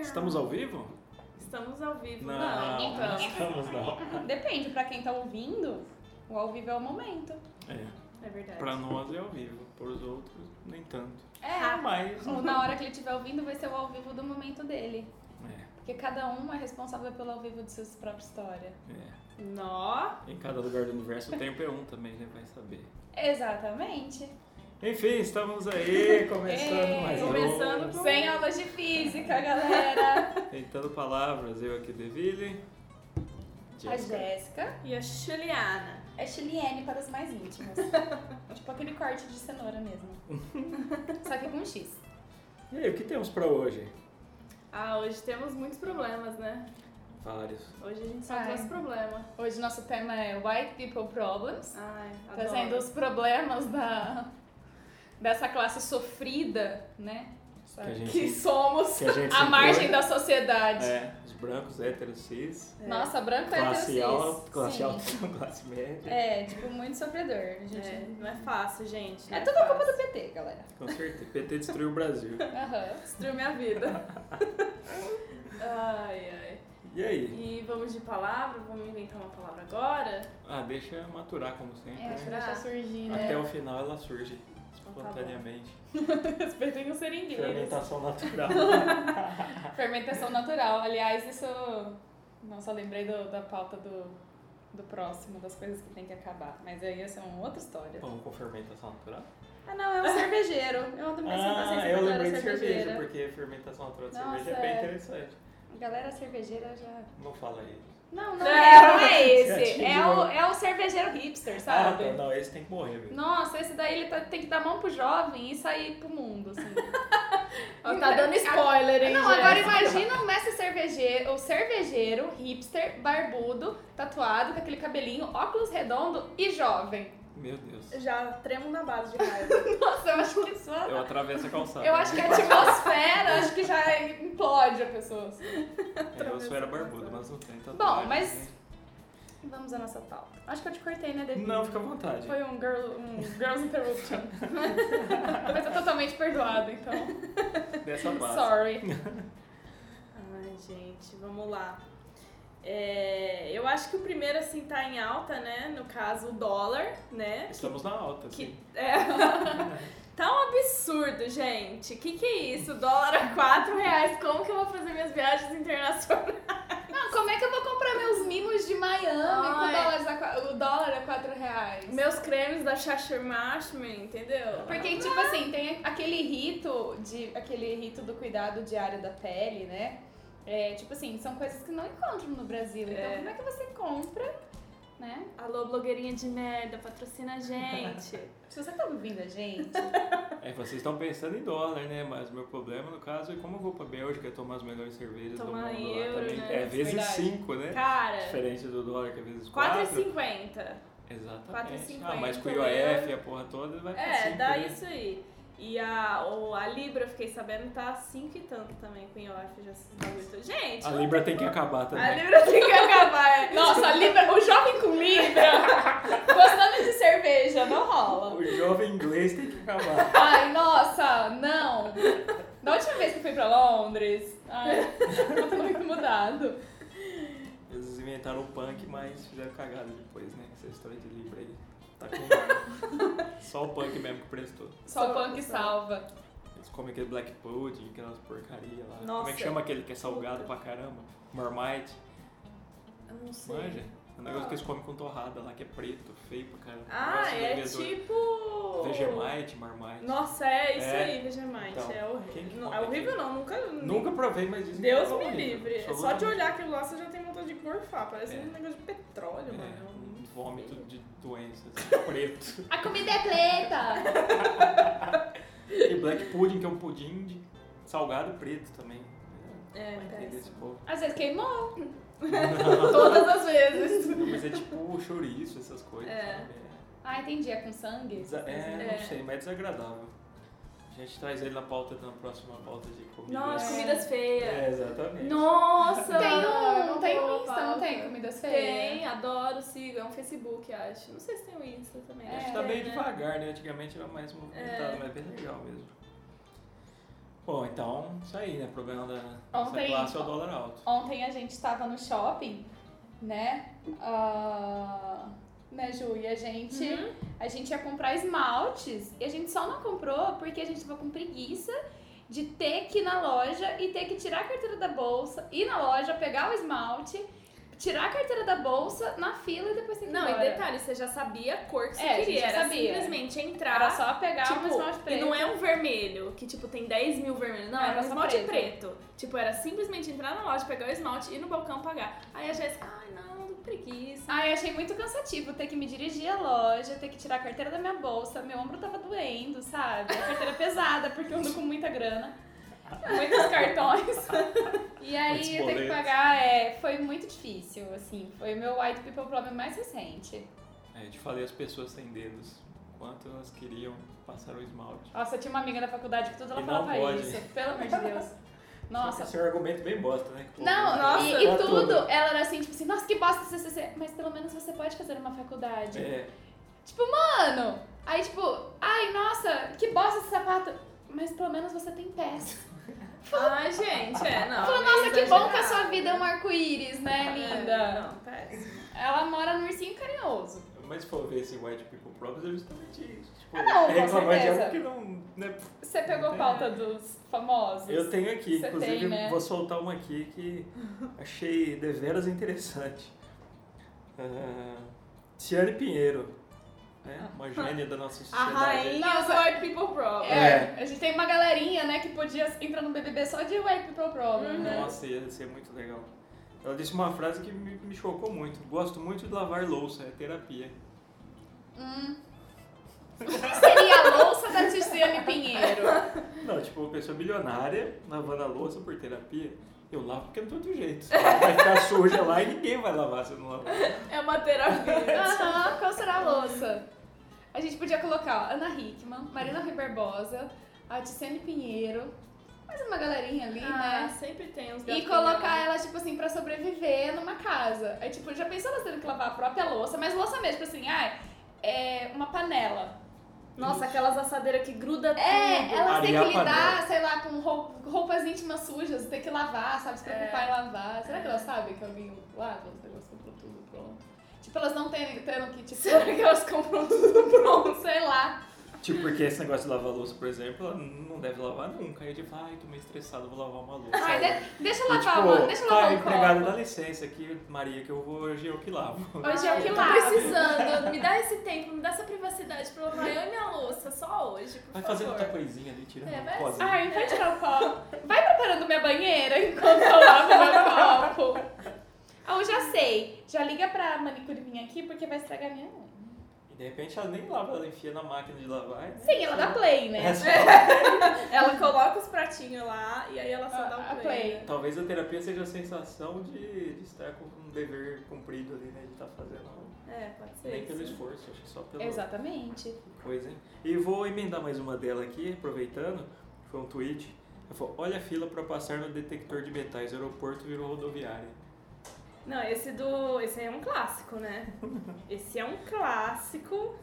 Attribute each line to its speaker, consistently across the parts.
Speaker 1: Estamos ao vivo?
Speaker 2: Estamos ao vivo,
Speaker 1: Não,
Speaker 2: não,
Speaker 1: não
Speaker 2: então.
Speaker 1: estamos não.
Speaker 3: Depende, pra quem tá ouvindo, o ao vivo é o momento.
Speaker 1: É,
Speaker 2: É verdade.
Speaker 1: pra nós é ao vivo, para os outros nem tanto. Ah,
Speaker 2: Ah.
Speaker 3: É.
Speaker 1: Mas
Speaker 3: Ou na hora que ele estiver ouvindo, vai ser o ao vivo do momento dele.
Speaker 1: é,
Speaker 3: Porque cada um é responsável pelo ao vivo de sua própria história.
Speaker 1: é.
Speaker 2: Nó.
Speaker 1: Em cada lugar do universo o tempo é um também, né? Vai saber.
Speaker 3: Exatamente.
Speaker 1: Enfim, estamos aí, começando
Speaker 3: Ei,
Speaker 1: mais um.
Speaker 2: começando com-
Speaker 3: Sem aulas de física, galera.
Speaker 1: Tentando palavras, eu aqui, Deville.
Speaker 3: A Jéssica
Speaker 2: E a Juliana.
Speaker 3: é chiliene para os mais íntimos. tipo aquele corte de cenoura mesmo. Só que com X.
Speaker 1: E aí, o que temos pra hoje?
Speaker 2: Ah, hoje temos muitos problemas, né?
Speaker 1: Vários.
Speaker 2: Hoje a gente só
Speaker 3: Ai.
Speaker 2: trouxe problema.
Speaker 3: Hoje nosso tema é White People Problems.
Speaker 2: Ai, adoro.
Speaker 3: trazendo os problemas da, dessa classe sofrida, né? Sabe?
Speaker 1: Que
Speaker 3: Que,
Speaker 1: a gente-
Speaker 3: somos
Speaker 1: que a gente
Speaker 3: à
Speaker 1: se
Speaker 3: margem
Speaker 1: inclui.
Speaker 3: da sociedade.
Speaker 1: É, os brancos, héteros, cis,
Speaker 2: É.
Speaker 3: Nossa, branco é
Speaker 1: classe
Speaker 3: heterossis.
Speaker 1: alta, classe
Speaker 3: Sim.
Speaker 1: alta, classe média.
Speaker 3: É, tipo, muito sofredor, gente.
Speaker 2: É,
Speaker 3: É,
Speaker 2: não é fácil, gente. não
Speaker 3: tudo a culpa
Speaker 2: fácil.
Speaker 3: do PT, galera.
Speaker 1: Com certeza. PT destruiu o Brasil.
Speaker 3: Aham.
Speaker 2: Destruiu minha vida. ai, ai.
Speaker 1: E aí?
Speaker 2: E vamos de palavra? Vamos inventar uma palavra agora?
Speaker 1: Ah, deixa maturar como sempre.
Speaker 3: É,
Speaker 1: né?
Speaker 3: acho que deixa surgir, né?
Speaker 1: Até o final ela surge
Speaker 2: tá bom.
Speaker 1: espontaneamente.
Speaker 3: Respeitem os seringueiros.
Speaker 1: Fermentação natural.
Speaker 3: Fermentação natural. Aliás, isso... Nossa, eu lembrei do- da pauta do, do próximo, das coisas que tem que acabar. Mas aí essa é uma outra história.
Speaker 1: Pão com fermentação natural?
Speaker 3: Ah, não, é um cervejeiro. Eu também pensei que
Speaker 1: Ah,
Speaker 3: vocês
Speaker 1: eu
Speaker 3: não
Speaker 1: lembrei
Speaker 3: era
Speaker 1: de cerveja,
Speaker 3: tá cervejeira.
Speaker 1: porque fermentação natural de
Speaker 3: Nossa,
Speaker 1: cerveja é bem
Speaker 3: é.
Speaker 1: interessante.
Speaker 3: Galera cervejeira já.
Speaker 1: Não fala aí.
Speaker 3: Não, não
Speaker 2: Não,
Speaker 3: é, não é
Speaker 1: atingiu.
Speaker 3: esse. É o, é o cervejeiro hipster,
Speaker 1: Ah,
Speaker 3: sabe?
Speaker 1: tá, não, esse tem que morrer, velho.
Speaker 3: Nossa, esse daí ele tá- tem que dar mão pro jovem e sair pro mundo, assim.
Speaker 2: Ó, tá dando spoiler, hein,
Speaker 3: Não, agora
Speaker 2: gente?
Speaker 3: imagina o mestre cervejeiro, o cervejeiro, hipster, barbudo, tatuado, com aquele cabelinho, óculos redondo e jovem.
Speaker 1: Meu Deus.
Speaker 2: Já tremo na base de raiva.
Speaker 3: Nossa, eu acho que só.
Speaker 1: Eu é atravesso a calçada.
Speaker 3: Eu acho que é tipo a atmosfera, acho que já implode a pessoa. assim.
Speaker 1: É, Eu só era
Speaker 2: atravessa a
Speaker 1: barbudo,
Speaker 2: calçada.
Speaker 1: mas não tem tatuagem.
Speaker 3: Bom, mas-
Speaker 1: né?
Speaker 3: Vamos à nossa pauta. Acho que eu te cortei, né, Devi?
Speaker 1: Não, fica à vontade.
Speaker 3: Foi um, girl, um girls interruption. Mas eu tô totalmente perdoada, então.
Speaker 1: Dessa base.
Speaker 3: Sorry.
Speaker 2: Ai, gente, vamos lá. É, eu acho que o primeiro, assim, tá em alta, né? No caso, o dólar, né?
Speaker 1: Estamos na alta,
Speaker 2: Que,
Speaker 1: assim.
Speaker 2: é, tá um absurdo, gente. Que que é isso? Dólar a 4 reais. Como que eu vou fazer minhas viagens internacionais?
Speaker 3: Não, como é que eu vou comprar meus mimos de Miami com
Speaker 2: Ai.
Speaker 3: dólares a qua- o dólar a 4 reais?
Speaker 2: Meus cremes da Chachemachman, entendeu?
Speaker 3: Porque, tipo assim, tem aquele rito de aquele rito do cuidado diário da pele, né? É, tipo assim, são coisas que não encontram no Brasil. Então,
Speaker 2: É.
Speaker 3: como é que você compra, né?
Speaker 2: Alô, blogueirinha de merda, patrocina a gente.
Speaker 3: Se você tá ouvindo a gente,
Speaker 1: É, vocês estão pensando em dólar, né? Mas o meu problema, no caso, é como eu vou pra Bélgica tomar as melhores cervejas
Speaker 2: Tomar
Speaker 1: do mundo
Speaker 2: em
Speaker 1: lá
Speaker 2: euro,
Speaker 1: também.
Speaker 2: né?
Speaker 1: É vezes
Speaker 3: Verdade.
Speaker 1: 5, né?
Speaker 2: Cara,
Speaker 1: Diferente do dólar que é vezes 4.
Speaker 2: 4,50.
Speaker 1: Exatamente.
Speaker 2: 4,50
Speaker 1: Ah, mas com o
Speaker 2: também,
Speaker 1: IOF, e a porra toda, vai pra
Speaker 2: É,
Speaker 1: cinco,
Speaker 2: dá
Speaker 1: né?
Speaker 2: isso aí. E a, o, a Libra, eu fiquei sabendo, tá 5 e tanto também com IOF, já se bagulho. Gente,
Speaker 1: A
Speaker 2: não
Speaker 1: Libra tem que acabar
Speaker 2: tem- a
Speaker 1: também.
Speaker 2: Libra tem que acabar. é.
Speaker 3: Nossa, Libra, o jovem com Libra, gostando de cerveja, não rola.
Speaker 1: O jovem inglês tem que acabar.
Speaker 3: Ai, nossa, não. Da última vez que eu fui pra Londres, ai, eu tô muito mudado.
Speaker 1: Eles inventaram o punk, mas fizeram cagada depois, né? Essa história de Libra aí. Tá com nada. Só o punk mesmo que prestou.
Speaker 3: Só o punk salva.
Speaker 1: Eles comem aquele black pudding, aquelas porcaria lá. Como é
Speaker 2: Nossa.
Speaker 1: que chama aquele que é salgado pra caramba? Marmite.
Speaker 2: Eu não sei.
Speaker 1: Manja? É um negócio que eles comem com torrada lá, que é preto, feio pra caramba.
Speaker 2: Ah,
Speaker 1: Nossa,
Speaker 2: é
Speaker 1: vendedor.
Speaker 2: tipo...
Speaker 1: Vegemite, Marmite.
Speaker 2: Nossa, é isso
Speaker 1: É.
Speaker 2: aí, Vegemite.
Speaker 1: Então,
Speaker 2: é
Speaker 1: quem que
Speaker 2: horrível. Não, é
Speaker 1: come
Speaker 2: horrível não, nunca...
Speaker 1: Nunca provei, mas dizem
Speaker 2: Deus
Speaker 1: que é
Speaker 2: me
Speaker 1: horrível.
Speaker 2: livre.
Speaker 1: Só
Speaker 2: Só de
Speaker 1: horrível.
Speaker 2: olhar aquilo lá, você já tem vontade de gorfar. Parece
Speaker 1: É.
Speaker 2: um negócio de petróleo,
Speaker 1: É,
Speaker 2: mano.
Speaker 1: um vômito de doença, assim, preto.
Speaker 3: A comida é preta.
Speaker 1: E black pudding, que é um pudim de salgado preto também. Vai
Speaker 2: É,
Speaker 1: entender esse
Speaker 2: péssimo.
Speaker 1: povo.
Speaker 3: Às vezes queimou.
Speaker 2: Todas as vezes.
Speaker 1: Não, Mas é tipo chouriço, essas coisas,
Speaker 2: É.
Speaker 1: sabe?
Speaker 3: Ah, entendi, é com sangue?
Speaker 1: Desa- É,
Speaker 2: É.
Speaker 1: não sei, mas é desagradável. A gente traz ele na pauta, na próxima pauta de comida.
Speaker 2: Nossa,
Speaker 3: É.
Speaker 2: comidas feias.
Speaker 1: É, exatamente.
Speaker 2: Nossa!
Speaker 3: Tem um, tem
Speaker 2: boa
Speaker 3: um Insta, não
Speaker 2: pauta.
Speaker 3: tem comidas feias?
Speaker 2: né? Tem, adoro, sigo. É um Facebook, acho. Não sei se tem um Insta também.
Speaker 1: A gente
Speaker 3: é.
Speaker 2: Acho
Speaker 1: tá
Speaker 2: que
Speaker 1: bem
Speaker 2: tem, né?
Speaker 1: é devagar, né? Antigamente era mais movimentado,
Speaker 2: É.
Speaker 1: mas é bem legal mesmo. Bom, então, isso aí, né? O problema da dessa
Speaker 3: Ontem-
Speaker 1: classe é o dólar alto.
Speaker 3: Ontem a gente estava no shopping, né? Ah, né, Ju? E a gente,
Speaker 2: Uhum.
Speaker 3: a gente ia comprar esmaltes e a gente só não comprou porque a gente tava com preguiça de ter que ir na loja e ter que tirar a carteira da bolsa, ir na loja, pegar o esmalte, tirar a carteira da bolsa na fila e depois ter que ir
Speaker 2: Não, e
Speaker 3: embora.
Speaker 2: detalhe, você já sabia a cor que você
Speaker 3: É, a gente
Speaker 2: queria.
Speaker 3: já
Speaker 2: Era
Speaker 3: sabia.
Speaker 2: simplesmente entrar.
Speaker 3: Era só pegar
Speaker 2: tipo,
Speaker 3: um esmalte preto.
Speaker 2: E não é um vermelho, que tipo, tem 10 mil vermelhos. Não,
Speaker 3: Era
Speaker 2: era, um
Speaker 3: só
Speaker 2: esmalte
Speaker 3: preto.
Speaker 2: preto. Tipo, era simplesmente entrar na loja, pegar o esmalte, ir no balcão pagar. Aí a Jéssica, ai não, tô com preguiça.
Speaker 3: Ai, achei muito cansativo ter que me dirigir à loja, ter que tirar a carteira da minha bolsa, meu ombro tava doendo, sabe? A carteira é pesada, porque eu ando com muita grana, muitos cartões. E
Speaker 1: Muitos
Speaker 3: aí eu ter que
Speaker 1: boletos.
Speaker 3: pagar, é, foi muito difícil, assim, foi o meu white people problem mais recente.
Speaker 1: É, eu te falei as pessoas sem dedos. Quanto elas queriam passar o esmalte.
Speaker 3: Nossa, eu tinha uma amiga da faculdade que tudo ela
Speaker 1: E
Speaker 3: falava
Speaker 1: não pode.
Speaker 3: isso, pelo amor de Deus. Nossa,
Speaker 1: Esse é um argumento bem bosta, né? Que o povo
Speaker 3: Não,
Speaker 1: usa.
Speaker 2: Nossa,
Speaker 3: e, e
Speaker 1: pra
Speaker 3: tudo,
Speaker 1: tudo.
Speaker 3: ela era assim, tipo assim, nossa, que bosta CCC. Mas pelo menos você pode fazer uma faculdade.
Speaker 1: É,
Speaker 3: Tipo, mano! Aí, tipo, ai, nossa, que bosta esse sapato. Mas pelo menos você tem pés.
Speaker 2: Ai, gente, é, não.
Speaker 3: Falou,
Speaker 2: meio
Speaker 3: nossa, que bom que a sua
Speaker 2: exagerado.
Speaker 3: vida é um arco-íris, né,
Speaker 2: É,
Speaker 3: linda?
Speaker 2: não, péssimo.
Speaker 3: Ela mora no ursinho carinhoso.
Speaker 1: mas se for ver esse White People Problems, é justamente isso. Tipo,
Speaker 3: Ah, não,
Speaker 1: é
Speaker 3: com
Speaker 1: reclamar de
Speaker 3: certeza.
Speaker 1: algo que não. né?
Speaker 3: Você pegou
Speaker 1: É.
Speaker 3: pauta dos famosos?
Speaker 1: Eu tenho aqui,
Speaker 3: Você
Speaker 1: inclusive
Speaker 3: tem, né?
Speaker 1: vou soltar uma aqui que achei deveras interessante. Ah, Ciane Pinheiro, né?
Speaker 3: Ah.
Speaker 1: uma gênia da nossa
Speaker 2: A
Speaker 1: sociedade.
Speaker 2: rainha
Speaker 3: Nossa.
Speaker 2: do é White People Problem.
Speaker 3: É, a gente tem uma galerinha, né, que podia entrar no BBB só de White People Problem, né?
Speaker 1: Nossa, ia ser muito legal. Ela disse uma frase que me, me chocou muito. Gosto muito de lavar louça, é terapia.
Speaker 3: Hum. Seria a louça da Tiziane Pinheiro.
Speaker 1: Não, tipo, uma pessoa bilionária lavando a louça por terapia. Eu lavo porque não tem outro jeito. Vai ficar suja lá e ninguém vai lavar se eu não lavar.
Speaker 2: É uma terapia.
Speaker 3: Aham, qual será a louça? A gente podia colocar ó, Ana Hickman, Marina Rui Barbosa, a Tiziane Pinheiro, mais uma galerinha ali,
Speaker 2: Ah,
Speaker 3: né?
Speaker 2: sempre tem uns
Speaker 3: E
Speaker 2: gatinhos.
Speaker 3: colocar ela, tipo assim, pra sobreviver numa casa. Aí, tipo, já pensou elas tendo que lavar a própria louça, mas louça mesmo, tipo assim, ai, é uma panela.
Speaker 2: Nossa, aquelas assadeiras que gruda tudo.
Speaker 3: É, elas têm
Speaker 1: Arear
Speaker 3: que
Speaker 1: a
Speaker 3: lidar,
Speaker 1: panela.
Speaker 3: sei lá, com rou- roupas íntimas sujas, ter que lavar, sabe? Se preocupar em lavar. Será que elas sabem que alguém lava? Ou elas compram tudo pronto? Tipo, elas não tendo, tendo que, tipo,
Speaker 2: Será que elas compram tudo pronto?
Speaker 3: sei lá.
Speaker 1: Tipo, porque esse negócio de lavar louça, por exemplo, ela não deve lavar nunca. Aí tipo, ai, tô meio estressado, vou lavar uma louça.
Speaker 3: Ai,
Speaker 1: Aí,
Speaker 3: de- deixa eu
Speaker 1: e,
Speaker 3: lavar,
Speaker 1: tipo,
Speaker 3: uma, deixa eu lavar
Speaker 1: ai,
Speaker 3: um
Speaker 1: empregado,
Speaker 3: copo.
Speaker 1: dá licença aqui, Maria, que eu vou, hoje eu que lavo.
Speaker 3: Hoje é o que
Speaker 2: eu tô
Speaker 3: lava.
Speaker 2: precisando. Me dá esse tempo, me dá essa privacidade pra eu lavar eu e minha louça, só hoje, por
Speaker 1: Vai
Speaker 2: favor.
Speaker 1: fazer outra coisinha ali, tira
Speaker 2: É,
Speaker 1: um
Speaker 2: vai-
Speaker 1: pozinho.
Speaker 3: Ai, vai tirar o copo. Vai preparando minha banheira enquanto eu lavo meu copo. Ah, eu já sei. Já liga pra manicure minha aqui porque vai estragar minha unha.
Speaker 1: E de repente ela nem lava, ela enfia na máquina de lavar. e-
Speaker 3: Sim, ela dá play, né?
Speaker 1: É só-
Speaker 2: Ela coloca os pratinhos lá e aí ela só dá
Speaker 3: A- a
Speaker 2: um
Speaker 3: play.
Speaker 2: play.
Speaker 1: Talvez a terapia seja a sensação de, de estar com um dever cumprido ali, né? De estar fazendo algo.
Speaker 2: É, pode ser.
Speaker 1: Nem pelo
Speaker 2: isso.
Speaker 1: esforço, acho que só pela
Speaker 3: Exatamente.
Speaker 1: coisa, hein? E vou emendar mais uma dela aqui, aproveitando. Foi um tweet. Ela falou, olha a fila para passar no detector de metais. Aeroporto virou rodoviária.
Speaker 2: Não, esse do. Esse aí é um clássico, né? Esse é um clássico.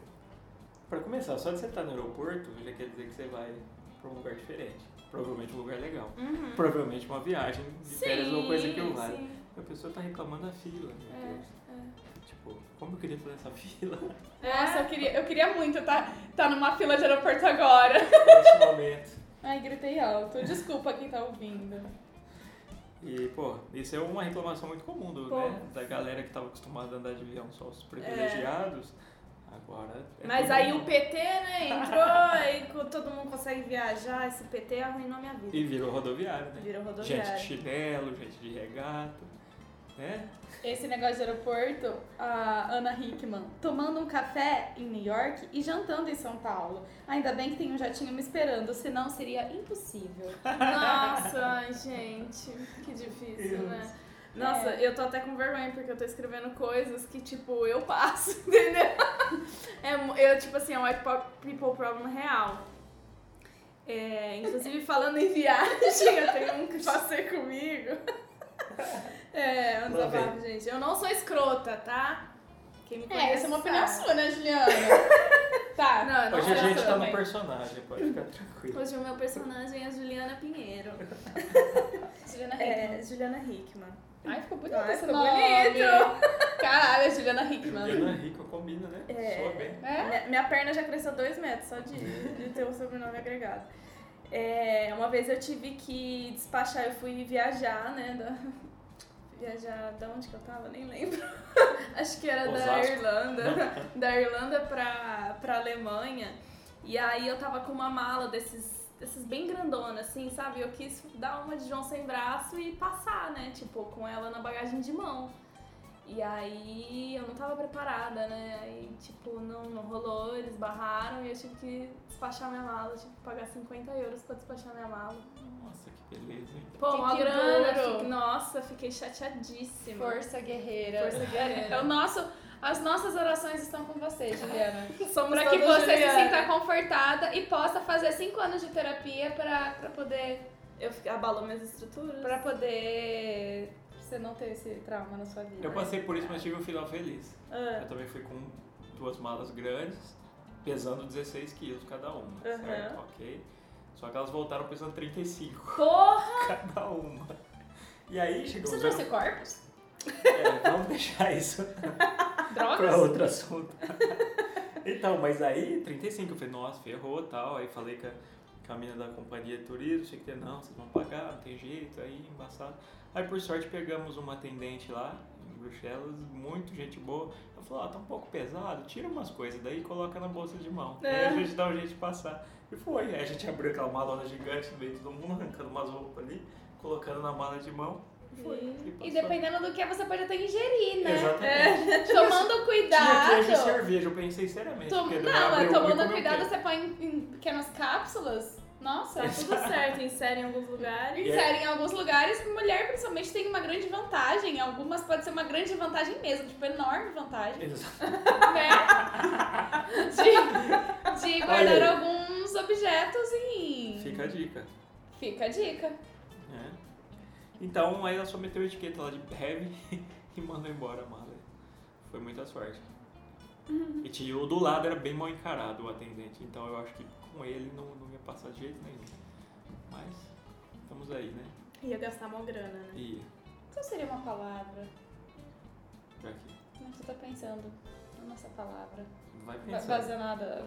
Speaker 1: Pra começar, só de você estar no aeroporto, já quer dizer que você vai pra um lugar diferente. Provavelmente um lugar legal.
Speaker 2: Uhum.
Speaker 1: Provavelmente uma viagem de férias ou coisa que eu vale.
Speaker 2: sim.
Speaker 1: A pessoa tá reclamando da fila, meu
Speaker 2: É,
Speaker 1: Deus. Tipo, como eu queria fazer essa fila
Speaker 3: Nossa, eu queria, eu queria muito estar tá numa fila de aeroporto agora.
Speaker 1: nesse momento?
Speaker 3: Ai, gritei alto. Desculpa quem tá ouvindo.
Speaker 1: E, pô, isso é uma reclamação muito comum do,
Speaker 2: Pô. É.
Speaker 1: né, da galera que tava acostumada a andar de avião só os privilegiados. Agora. é
Speaker 2: Mas
Speaker 1: todo
Speaker 2: aí
Speaker 1: mundo.
Speaker 2: o PT, né, entrou e co- todo mundo consegue viajar. Esse PT arruinou minha vida.
Speaker 1: E virou rodoviário, né?
Speaker 2: Virou
Speaker 1: Gente de
Speaker 2: rodoviário.
Speaker 1: chinelo, gente de regata, né?
Speaker 3: Esse negócio de aeroporto, a Ana Hickman, tomando um café em New York e jantando em São Paulo. Ainda bem que tem um jatinho me esperando, senão seria impossível.
Speaker 2: Nossa, ai, gente, que difícil, né? Nossa,
Speaker 1: É.
Speaker 2: eu tô até com vergonha porque eu tô escrevendo coisas que, tipo, eu passo, entendeu? É, mu- eu, tipo assim, é um white po- people problem real. É, inclusive, falando em viagem, eu tenho um que passei comigo. É, um
Speaker 1: Lá
Speaker 2: desabafo, gente. Eu não sou escrota, tá? Quem me conhece
Speaker 3: É, essa é uma opinião
Speaker 2: sabe.
Speaker 3: sua, né, Juliana? Tá.
Speaker 2: Não, não
Speaker 1: Hoje a
Speaker 2: era
Speaker 1: gente
Speaker 2: só,
Speaker 1: tá
Speaker 2: mãe.
Speaker 1: no personagem, pode ficar tranquilo.
Speaker 2: Hoje o meu personagem é a Juliana Pinheiro.
Speaker 3: Juliana Hickman.
Speaker 2: É, Juliana Hickman.
Speaker 3: Ai, ficou bonito
Speaker 2: Ah,
Speaker 3: esse
Speaker 2: ficou
Speaker 3: nome.
Speaker 2: bonito.
Speaker 3: Caralho, é Juliana Hickman.
Speaker 1: Juliana Rico combina, né?
Speaker 2: É.
Speaker 1: Soa bem.
Speaker 3: É?
Speaker 2: Minha, minha perna já cresceu dois metros só de, de ter o sobrenome agregado. É, uma vez eu tive que despachar, eu fui viajar, né? da- viajar da onde que eu tava, nem lembro. Acho que era da
Speaker 1: Osasco.
Speaker 2: Irlanda. Da Irlanda pra, pra Alemanha. E aí eu tava com uma mala desses, desses bem grandona, assim, sabe? Eu quis dar uma de João sem braço e passar, né? Tipo, com ela na bagagem de mão. E aí eu não tava preparada, né? Aí, tipo, não, não rolou, eles barraram e eu tive que despachar minha mala. Eu tive que pagar 50 euros pra despachar minha mala.
Speaker 1: Nossa, que beleza, hein?
Speaker 2: Pô,
Speaker 3: Que
Speaker 2: uma
Speaker 3: que
Speaker 2: grana.
Speaker 3: duro.
Speaker 2: fiquei- nossa, fiquei chateadíssima.
Speaker 3: Força guerreira.
Speaker 2: Força guerreira.
Speaker 3: É o nosso, as nossas orações estão com você, Juliana.
Speaker 2: Somos
Speaker 3: Pra que
Speaker 2: todas
Speaker 3: você se
Speaker 2: Juliana.
Speaker 3: sinta confortada e possa fazer cinco anos de terapia pra, pra poder.
Speaker 2: Eu fiquei, abalou minhas estruturas.
Speaker 3: para poder. pra você não ter esse trauma na sua vida.
Speaker 2: É.
Speaker 1: Eu passei por isso, mas tive um final feliz.
Speaker 2: Ah.
Speaker 1: Eu também fui com duas malas grandes, pesando 16 quilos cada uma,
Speaker 2: Aham.
Speaker 1: certo? Ok. Só que elas voltaram pesando 35
Speaker 2: Porra!
Speaker 1: cada uma. E aí chegou
Speaker 3: Você
Speaker 1: um
Speaker 3: trouxe
Speaker 1: zero-
Speaker 3: corpos?
Speaker 1: É, vamos deixar isso pra
Speaker 3: Drogas?
Speaker 1: outro assunto. então, mas aí, 35, eu falei, nossa, ferrou tal. Aí falei com a, com a mina da companhia de turismo, achei que ter, não, vocês vão pagar, não tem jeito, aí embaçado. Aí por sorte pegamos uma atendente lá em Bruxelas, muito gente boa. Ela falou, ah, tá um pouco pesado, tira umas coisas daí e coloca na bolsa de mão. Aí a
Speaker 2: É.
Speaker 1: gente dá um jeito de passar. E foi, aí a gente abriu aquela malona gigante no meio de todo mundo, arrancando umas roupas ali, colocando na mala de mão. E foi.
Speaker 3: E
Speaker 1: passou.
Speaker 3: dependendo do que você pode até ingerir, né?
Speaker 2: É,
Speaker 1: Exatamente.
Speaker 3: Tomando
Speaker 1: Tinha queijo e
Speaker 3: cuidado.
Speaker 1: cerveja, eu pensei seriamente.
Speaker 3: Tom-
Speaker 1: porque
Speaker 3: Não,
Speaker 1: abriu o
Speaker 3: mas
Speaker 1: bico,
Speaker 3: tomando
Speaker 1: meu
Speaker 3: cuidado
Speaker 1: queijo.
Speaker 3: você põe em, em pequenas cápsulas. Nossa,
Speaker 2: Tá tudo certo, insere em alguns lugares.
Speaker 1: E é-
Speaker 3: Sério, em alguns lugares, mulher principalmente tem uma grande vantagem. Em Algumas pode ser uma grande vantagem mesmo, tipo, enorme vantagem,
Speaker 1: Exato.
Speaker 3: né? De, de guardar
Speaker 1: Olha aí.
Speaker 3: alguns objetos em.
Speaker 1: Fica a dica.
Speaker 3: Fica a dica.
Speaker 1: né? Então, aí ela só meteu a etiqueta lá de heavy e mandou embora a mala. Foi muita sorte. E tinha o do lado era bem mal encarado o atendente, então eu acho que com ele não, não ia passar de jeito nenhum. Mas estamos aí, né?
Speaker 2: Ia gastar mó grana, né?
Speaker 1: E
Speaker 3: Qual seria uma palavra?
Speaker 1: pra aqui.
Speaker 3: Não, você tá pensando na nossa palavra.
Speaker 1: Vai
Speaker 3: Ba-
Speaker 1: pensar.
Speaker 3: Baseada,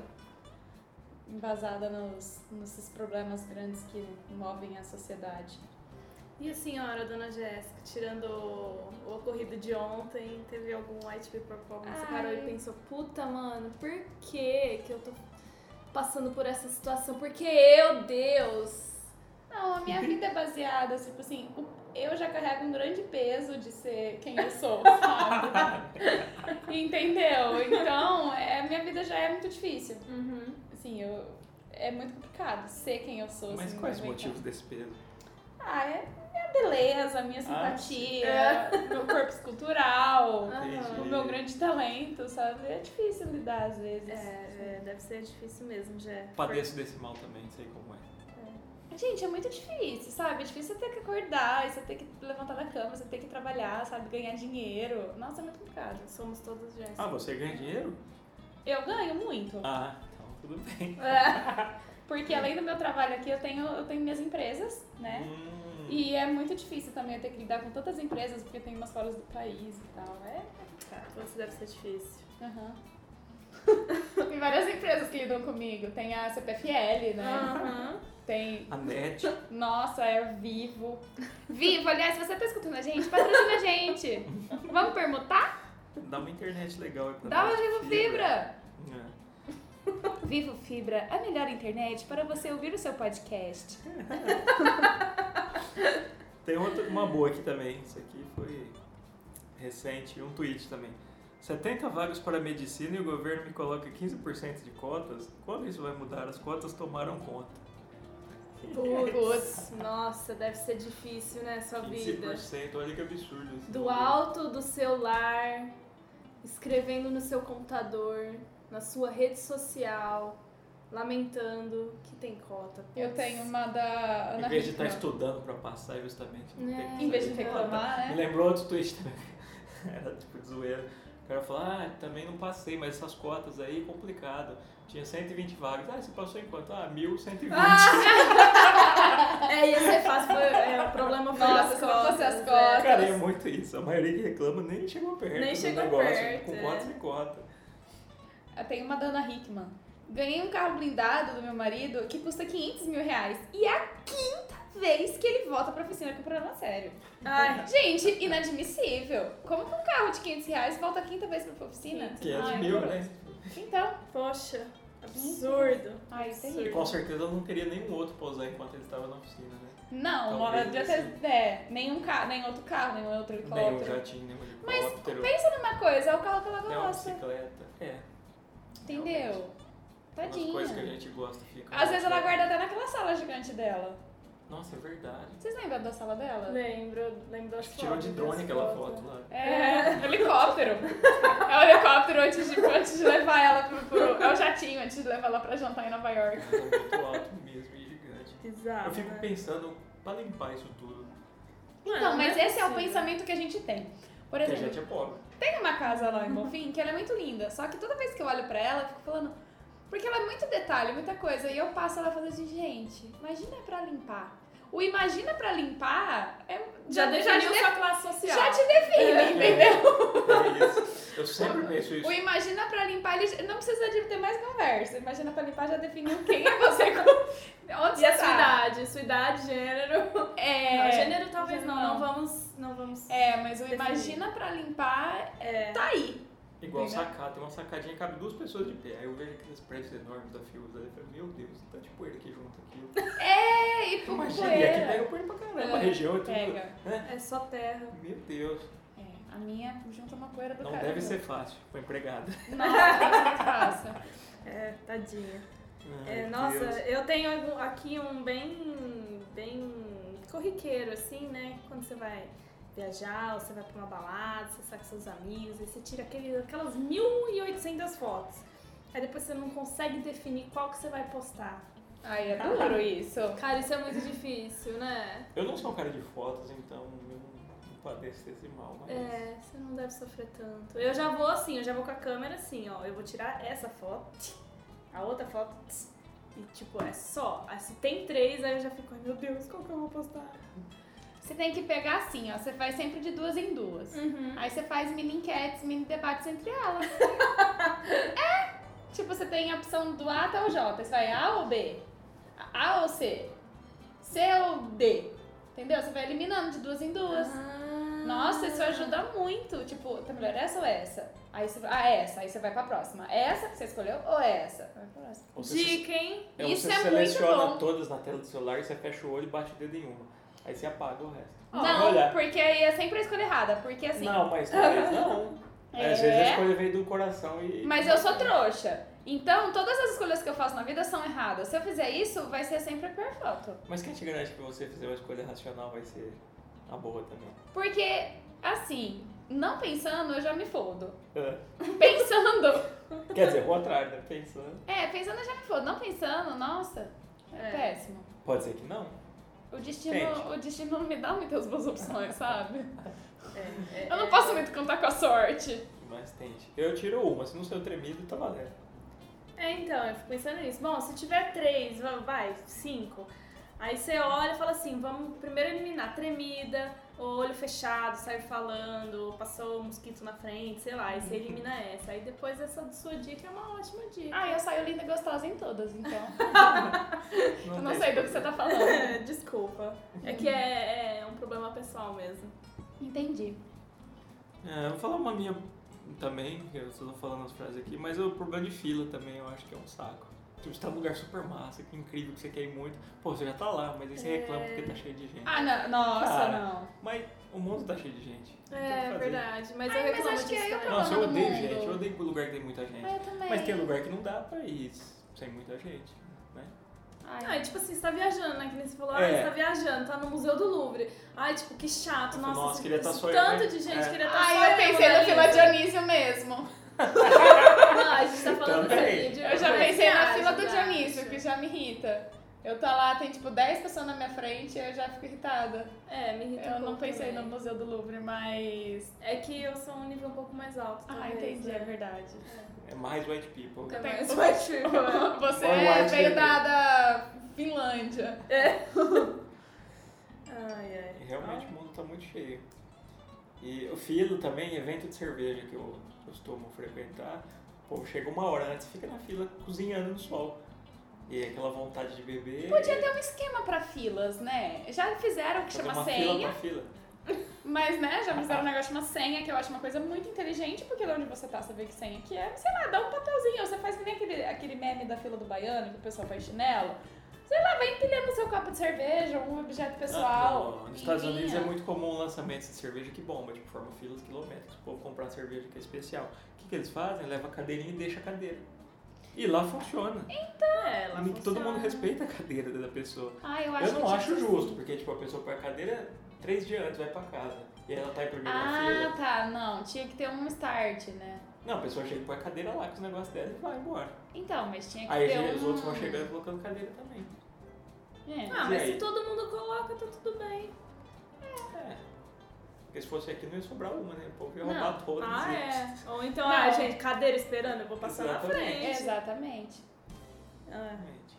Speaker 3: embasada nos, nesses problemas grandes que movem a sociedade.
Speaker 2: E a senhora, dona Jéssica, tirando o, o ocorrido de ontem, teve algum white paper problem? Você
Speaker 3: Ai.
Speaker 2: parou e pensou, puta, mano, por que que eu tô passando por essa situação? Porque eu, Deus...
Speaker 3: Não, a minha vida é baseada, tipo assim, o- eu já carrego um grande peso de ser quem eu sou, sabe? Entendeu? Então, é, minha vida já é muito difícil.
Speaker 2: Uhum.
Speaker 3: Assim, eu, é muito complicado ser quem eu sou.
Speaker 1: Mas
Speaker 3: assim,
Speaker 1: quais os
Speaker 3: aguentar.
Speaker 1: motivos desse peso?
Speaker 3: Ah, é minha beleza, a minha
Speaker 1: Ah,
Speaker 3: simpatia, meu corpo escultural,
Speaker 2: Ah.
Speaker 1: Entendi.
Speaker 3: o meu grande talento, sabe? É difícil lidar às vezes.
Speaker 2: É, é, deve ser difícil mesmo, Jé.
Speaker 3: É
Speaker 1: Padeço desse mal também, sei como é.
Speaker 3: Gente, é muito difícil, sabe? É difícil você ter que acordar, você ter que levantar da cama, você ter que trabalhar, sabe? Ganhar dinheiro. Nossa, é muito complicado.
Speaker 2: Somos todos Jéssica.
Speaker 1: Ah, você ganha dinheiro?
Speaker 3: Eu ganho muito.
Speaker 1: Ah, então tudo bem.
Speaker 3: Porque além do meu trabalho aqui, eu tenho, eu tenho minhas empresas, né?
Speaker 1: Hum.
Speaker 3: E é muito difícil também eu ter que lidar com tantas empresas, porque tem umas fora do país e tal. É
Speaker 2: Tá, você deve ser difícil.
Speaker 3: Aham. Tem várias empresas que lidam comigo. Tem a CPFL, né?
Speaker 2: Aham.
Speaker 3: Tem.
Speaker 1: A net.
Speaker 3: Nossa, é vivo. Vivo, aliás, se você tá escutando a gente, patrocina a gente. Vamos permutar?
Speaker 1: Dá uma internet legal aí pra
Speaker 3: Dá uma
Speaker 1: nós,
Speaker 3: Vivo Fibra.
Speaker 1: É.
Speaker 3: Vivo Fibra, a melhor internet para você ouvir o seu podcast.
Speaker 1: Tem outra, uma boa aqui também. Isso aqui foi recente, um tweet também. 70 vagas para medicina e o governo me coloca 15% de cotas. Quando isso vai mudar? As cotas tomaram conta.
Speaker 2: Putz, nossa, deve ser difícil, né, sua vida.
Speaker 1: 15%, olha que absurdo. esse
Speaker 2: do
Speaker 1: número.
Speaker 2: alto do seu lar, escrevendo no seu computador, na sua rede social, lamentando que tem cota.
Speaker 3: Eu tenho uma da Ana
Speaker 1: Em vez de estar
Speaker 3: Hickman.
Speaker 1: estudando para passar, justamente. não
Speaker 2: É.
Speaker 1: tem que
Speaker 3: né? Em vez de
Speaker 1: saber.
Speaker 3: reclamar,
Speaker 1: Me
Speaker 3: né?
Speaker 1: lembrou outro tweet também. Era tipo de zoeira. que cara fala, ah, também não passei, mas essas cotas aí, complicado. Tinha 120 vagas. Ah, você passou em quanto? Ah, 1.120.
Speaker 2: É, ia ser fácil. Foi, é, o problema foi
Speaker 3: Nossa,
Speaker 2: as
Speaker 3: se não fosse
Speaker 2: costas.
Speaker 3: as
Speaker 2: é.
Speaker 3: costas.
Speaker 1: Cara, é muito isso. A maioria que reclama nem chegou perto
Speaker 2: Nem
Speaker 1: do
Speaker 2: chegou
Speaker 1: negócio,
Speaker 2: perto,
Speaker 1: com
Speaker 2: é.
Speaker 1: cotas e cota.
Speaker 3: Ah, Eu tenho uma da Ana Hickman. Ganhei um carro blindado do meu marido que custa 500 mil reais. E é a quinta vez que ele volta pra oficina com problema sério.
Speaker 2: Ai,
Speaker 3: Gente, inadmissível. Como que um carro de 500 reais volta a quinta vez pra oficina?
Speaker 1: 500
Speaker 3: Ai,
Speaker 1: mil,
Speaker 3: que
Speaker 1: né?
Speaker 3: Então,
Speaker 2: poxa, absurdo.
Speaker 3: ai, é
Speaker 1: E
Speaker 3: terrível.
Speaker 1: com certeza não queria nenhum outro pra usar enquanto ele estava na oficina, né?
Speaker 3: Não, não
Speaker 1: Talvez
Speaker 3: devia ter é, nenhum carro, nem outro carro, nem outro
Speaker 1: Nenhum
Speaker 3: helicóptero.
Speaker 1: jatinho, nenhum
Speaker 3: Mas
Speaker 1: helicóptero,
Speaker 3: pensa numa coisa, é o carro que ela
Speaker 1: nem uma
Speaker 3: gosta.
Speaker 1: bicicleta. É,
Speaker 3: Entendeu?
Speaker 1: as coisas que a
Speaker 3: Tadinha.
Speaker 1: gente gosta ficam.
Speaker 3: Às vezes ela guarda até naquela sala gigante dela.
Speaker 1: Nossa, é verdade.
Speaker 3: Vocês lembram da sala dela?
Speaker 2: Lembro, lembro das
Speaker 1: Tirou de
Speaker 2: fotos,
Speaker 1: drone
Speaker 2: das
Speaker 1: aquela
Speaker 2: fotos.
Speaker 1: foto lá.
Speaker 3: É, helicóptero. É o helicóptero antes de, antes de levar ela pro, pro- É o jatinho antes de levar ela pra jantar em Nova York.
Speaker 1: Ela é muito alto mesmo e gigante.
Speaker 2: Bizarro.
Speaker 1: Eu fico
Speaker 2: né?
Speaker 1: pensando, pra limpar isso tudo,
Speaker 2: Não,
Speaker 3: Então,
Speaker 2: não
Speaker 3: mas esse é o
Speaker 2: possível.
Speaker 3: pensamento que a gente tem. Por
Speaker 1: porque a
Speaker 3: exemplo,
Speaker 1: gente é pobre.
Speaker 3: tem uma casa lá em Bonfim que ela é muito linda, só que toda vez que eu olho pra ela, eu fico falando. Porque ela é muito detalhe, muita coisa. E eu passo ela falando assim, gente, imagina pra limpar. O imagina pra limpar é,
Speaker 2: Já
Speaker 3: te
Speaker 2: definiu assim,
Speaker 3: de-
Speaker 2: sua classe social.
Speaker 3: já te define,
Speaker 2: É,
Speaker 3: entendeu?
Speaker 1: É isso. Eu sempre penso isso.
Speaker 3: O imagina pra limpar, ele já- não precisa de ter mais conversa. Imagina pra limpar já definiu quem é você. com- Onde
Speaker 2: E
Speaker 3: você
Speaker 2: a sua
Speaker 3: tá.
Speaker 2: idade, sua idade, gênero.
Speaker 3: É,
Speaker 2: Não, gênero talvez não,
Speaker 3: não.
Speaker 2: não vamos, não vamos.
Speaker 3: é, mas o
Speaker 2: Definir.
Speaker 3: imagina pra limpar
Speaker 2: É.
Speaker 3: tá aí.
Speaker 1: Igual
Speaker 3: Entendeu?
Speaker 1: sacada, tem uma sacadinha que cabe duas pessoas de pé. Aí eu vejo aqueles prédios enormes da Fius, aí eu falo, meu Deus, tá de poeira aqui junto aqui.
Speaker 3: É, e por
Speaker 1: Imagina, e aqui
Speaker 3: poeira.
Speaker 1: pega poeira pra caramba,
Speaker 3: É,
Speaker 1: a região é tudo.
Speaker 3: Pega.
Speaker 2: É só terra.
Speaker 1: Meu Deus,
Speaker 3: É, a minha junta uma poeira do
Speaker 1: não
Speaker 3: caramba.
Speaker 1: deve ser fácil pra empregada.
Speaker 3: Nossa, deve ser muito fácil.
Speaker 2: É, tadinha.
Speaker 1: Ai,
Speaker 2: É,
Speaker 1: Deus.
Speaker 2: nossa, eu tenho algum- aqui um bem, bem corriqueiro, assim, né? Quando você vai viajar, ou você vai pra uma balada, você sai com seus amigos, aí você tira aquele, aquelas 1.800 fotos. Aí depois você não consegue definir qual que você vai postar.
Speaker 3: Ai, é duro isso.
Speaker 2: Cara, isso é muito difícil, né?
Speaker 1: Eu não sou um cara de fotos, então eu não, não padeço desse mal, mas.
Speaker 2: É, você não deve sofrer tanto. Eu já vou assim, eu já vou com a câmera assim, ó. Eu vou tirar essa foto, tch, a outra foto, tch, e tipo, é só. Aí se tem três, aí eu já fico, ai meu Deus, qual que eu vou postar?
Speaker 3: Você tem que pegar assim, ó. Você faz sempre de duas em duas.
Speaker 2: Uhum.
Speaker 3: Aí você faz mini enquetes, mini debates entre elas. é! Tipo, você tem a opção do A até o J. Você vai A ou B? A ou C? C ou D? Entendeu? Você vai eliminando de duas em duas.
Speaker 2: Ah.
Speaker 3: Nossa, isso ajuda muito. Tipo, tá melhor essa ou essa? Aí você ah, essa. Aí você vai pra próxima. Essa que você escolheu ou essa? Vai pra próxima.
Speaker 1: Ou você se-
Speaker 2: Dica, hein?
Speaker 1: é, ou
Speaker 3: Isso
Speaker 1: você
Speaker 3: é muito
Speaker 1: seleciona
Speaker 3: bom.
Speaker 1: todas na tela do celular, você fecha o olho e bate o dedo em uma. Aí você apaga o resto.
Speaker 3: não,
Speaker 1: Ah, olha.
Speaker 3: porque aí é sempre a escolha errada. Porque assim.
Speaker 1: Não, mas talvez não. É, às vezes a escolha veio do coração e.
Speaker 3: Mas eu sou trouxa. Então, todas as escolhas que eu faço na vida são erradas. Se eu fizer isso, vai ser sempre a pior foto.
Speaker 1: Mas quem te garante que você fizer uma escolha racional vai ser a boa também?
Speaker 3: Porque, assim, não pensando, eu já me fodo.
Speaker 1: É.
Speaker 3: Pensando.
Speaker 1: Quer dizer, o contrário, né? Pensando.
Speaker 3: é, pensando eu já me fodo. Não pensando, nossa, é,
Speaker 2: É.
Speaker 3: péssimo.
Speaker 1: Pode ser que não.
Speaker 3: O destino,
Speaker 1: Gente.
Speaker 3: o destino não me dá muitas boas opções, sabe?
Speaker 2: É,
Speaker 3: Eu não posso muito contar com a sorte.
Speaker 1: Mas tente. Eu tiro uma, se não sou tremido, tá valendo.
Speaker 2: É, então, eu fico pensando nisso. Bom, se tiver três, va- vai, cinco. Aí você olha e fala assim, vamos primeiro eliminar tremida, ou olho fechado, saiu falando, ou passou um mosquito na frente, sei lá, e você elimina essa. Aí depois essa sua dica é uma ótima dica.
Speaker 3: Ah, eu saio linda e gostosa em todas, então. Eu não
Speaker 1: tem
Speaker 3: sei do
Speaker 1: escolha.
Speaker 3: que você tá falando.
Speaker 2: Desculpa. É que é, é um problema pessoal mesmo.
Speaker 3: Entendi.
Speaker 1: É, eu vou falar uma minha também, que eu só tô falando as frases aqui, mas o problema de fila também eu acho que é um saco. Tipo, você tá num lugar super massa, que incrível, que você quer ir muito. Pô, você já tá lá, mas aí você reclama porque tá cheio de gente.
Speaker 3: Ah, não, nossa,
Speaker 1: Cara,
Speaker 3: não.
Speaker 1: Mas o mundo tá cheio de gente. Não tem o que
Speaker 2: É,
Speaker 1: fazer.
Speaker 2: verdade. Mas
Speaker 3: Ai,
Speaker 2: eu
Speaker 3: mas
Speaker 2: reclamo
Speaker 3: acho que
Speaker 2: disso
Speaker 3: aí eu
Speaker 2: também.
Speaker 1: Nossa, eu
Speaker 3: Problema do
Speaker 1: odeio
Speaker 3: mundo.
Speaker 1: gente, eu odeio lugar que tem muita gente.
Speaker 3: Ah, eu também.
Speaker 1: Mas tem lugar que não dá pra ir sem muita gente, né?
Speaker 3: Ai,
Speaker 2: Ai, tipo assim, você tá viajando, né? Que nem você falou, ah,
Speaker 1: É.
Speaker 2: você tá viajando, tá no Museu do Louvre. Ai, tipo, que chato.
Speaker 1: Tipo,
Speaker 2: Nossa,
Speaker 1: nossa,
Speaker 2: esse-
Speaker 1: queria tá
Speaker 2: esse
Speaker 1: só eu,
Speaker 2: tanto
Speaker 1: né?
Speaker 2: de gente
Speaker 1: É.
Speaker 2: queria estar tá só
Speaker 3: Ai, eu pensei
Speaker 2: Mona
Speaker 3: na fila
Speaker 2: Lisa.
Speaker 3: Dionísio mesmo.
Speaker 2: Não, a gente tá falando
Speaker 1: Também.
Speaker 2: assim de
Speaker 3: Eu já
Speaker 2: coisa
Speaker 3: pensei
Speaker 2: que
Speaker 3: na
Speaker 2: acha,
Speaker 3: fila do
Speaker 2: já.
Speaker 3: Dionísio, que já me irrita. Eu tô lá, tem tipo 10 pessoas na minha frente e eu já fico irritada.
Speaker 2: É, me irrita um
Speaker 3: Eu não
Speaker 2: pouco
Speaker 3: pensei
Speaker 2: também.
Speaker 3: no Museu do Louvre, mas.
Speaker 2: É que eu sou um nível um pouco mais alto.
Speaker 3: Ah,
Speaker 2: talvez,
Speaker 3: entendi,
Speaker 2: né?
Speaker 3: é verdade.
Speaker 1: É mais white people.
Speaker 2: É
Speaker 3: Eu
Speaker 2: mais
Speaker 3: tenho-
Speaker 2: baixo.
Speaker 3: Você
Speaker 1: Olha o Einstein
Speaker 3: veio
Speaker 1: aí.
Speaker 3: da, da Finlândia.
Speaker 2: Ai, ai.
Speaker 1: Realmente
Speaker 3: Então.
Speaker 1: o mundo tá muito cheio. E o filo também, evento de cerveja que eu costumo frequentar, o povo chega uma hora antes, fica na fila cozinhando no sol. E é aquela vontade de beber.
Speaker 3: Podia ter um esquema pra filas, né? Já fizeram o que
Speaker 1: fazer
Speaker 3: chama
Speaker 1: uma
Speaker 3: senha,
Speaker 1: fila pra fila.
Speaker 3: mas né, já
Speaker 1: Ah, tá.
Speaker 3: fizeram um negócio que chama senha, que eu acho uma coisa muito inteligente, porque lá onde você tá, você vê que senha que é. Sei lá, dá um papelzinho, você faz que nem aquele, aquele meme da fila do baiano, que o pessoal faz chinelo. Sei lá, vai empilhando seu copo de cerveja, um objeto pessoal.
Speaker 1: No- Ah, Nos Estados
Speaker 3: em
Speaker 1: Unidos é
Speaker 3: linha.
Speaker 1: muito comum lançamentos de cerveja que bomba, tipo, forma filas quilométricos. O povo comprar cerveja que é especial. O que, que eles fazem? Leva a cadeirinha e deixa a cadeira. E lá funciona.
Speaker 2: É, ela
Speaker 1: Todo
Speaker 2: funciona.
Speaker 1: mundo respeita a cadeira da pessoa.
Speaker 3: Ah, eu acho
Speaker 1: Eu não
Speaker 3: que assim.
Speaker 1: acho
Speaker 3: tinha-
Speaker 1: justo, porque tipo, a pessoa põe a cadeira três dias antes, vai pra casa. E ela tá em primeira
Speaker 3: Ah,
Speaker 1: fila.
Speaker 3: tá, não. Tinha que ter um start, né?
Speaker 1: Não, a pessoa chega e põe a cadeira lá com os negócios dela e vai embora.
Speaker 3: Então, mas tinha que
Speaker 1: Aí
Speaker 3: ter
Speaker 1: gente-
Speaker 3: um...
Speaker 1: os outros vão chegando e colocando cadeira também.
Speaker 3: É.
Speaker 2: Ah,
Speaker 1: E
Speaker 2: mas
Speaker 1: aí?
Speaker 2: se todo mundo coloca, tá tudo bem.
Speaker 1: É. Porque se fosse aqui não ia sobrar uma, né? O povo ia
Speaker 3: Não.
Speaker 1: roubar todas.
Speaker 2: Ah,
Speaker 1: e-
Speaker 2: é. Ou então,
Speaker 3: Não.
Speaker 2: ah, gente, cadeira esperando, eu vou passar na
Speaker 1: Exatamente.
Speaker 2: frente.
Speaker 3: Exatamente.
Speaker 2: Ah.
Speaker 1: Exatamente.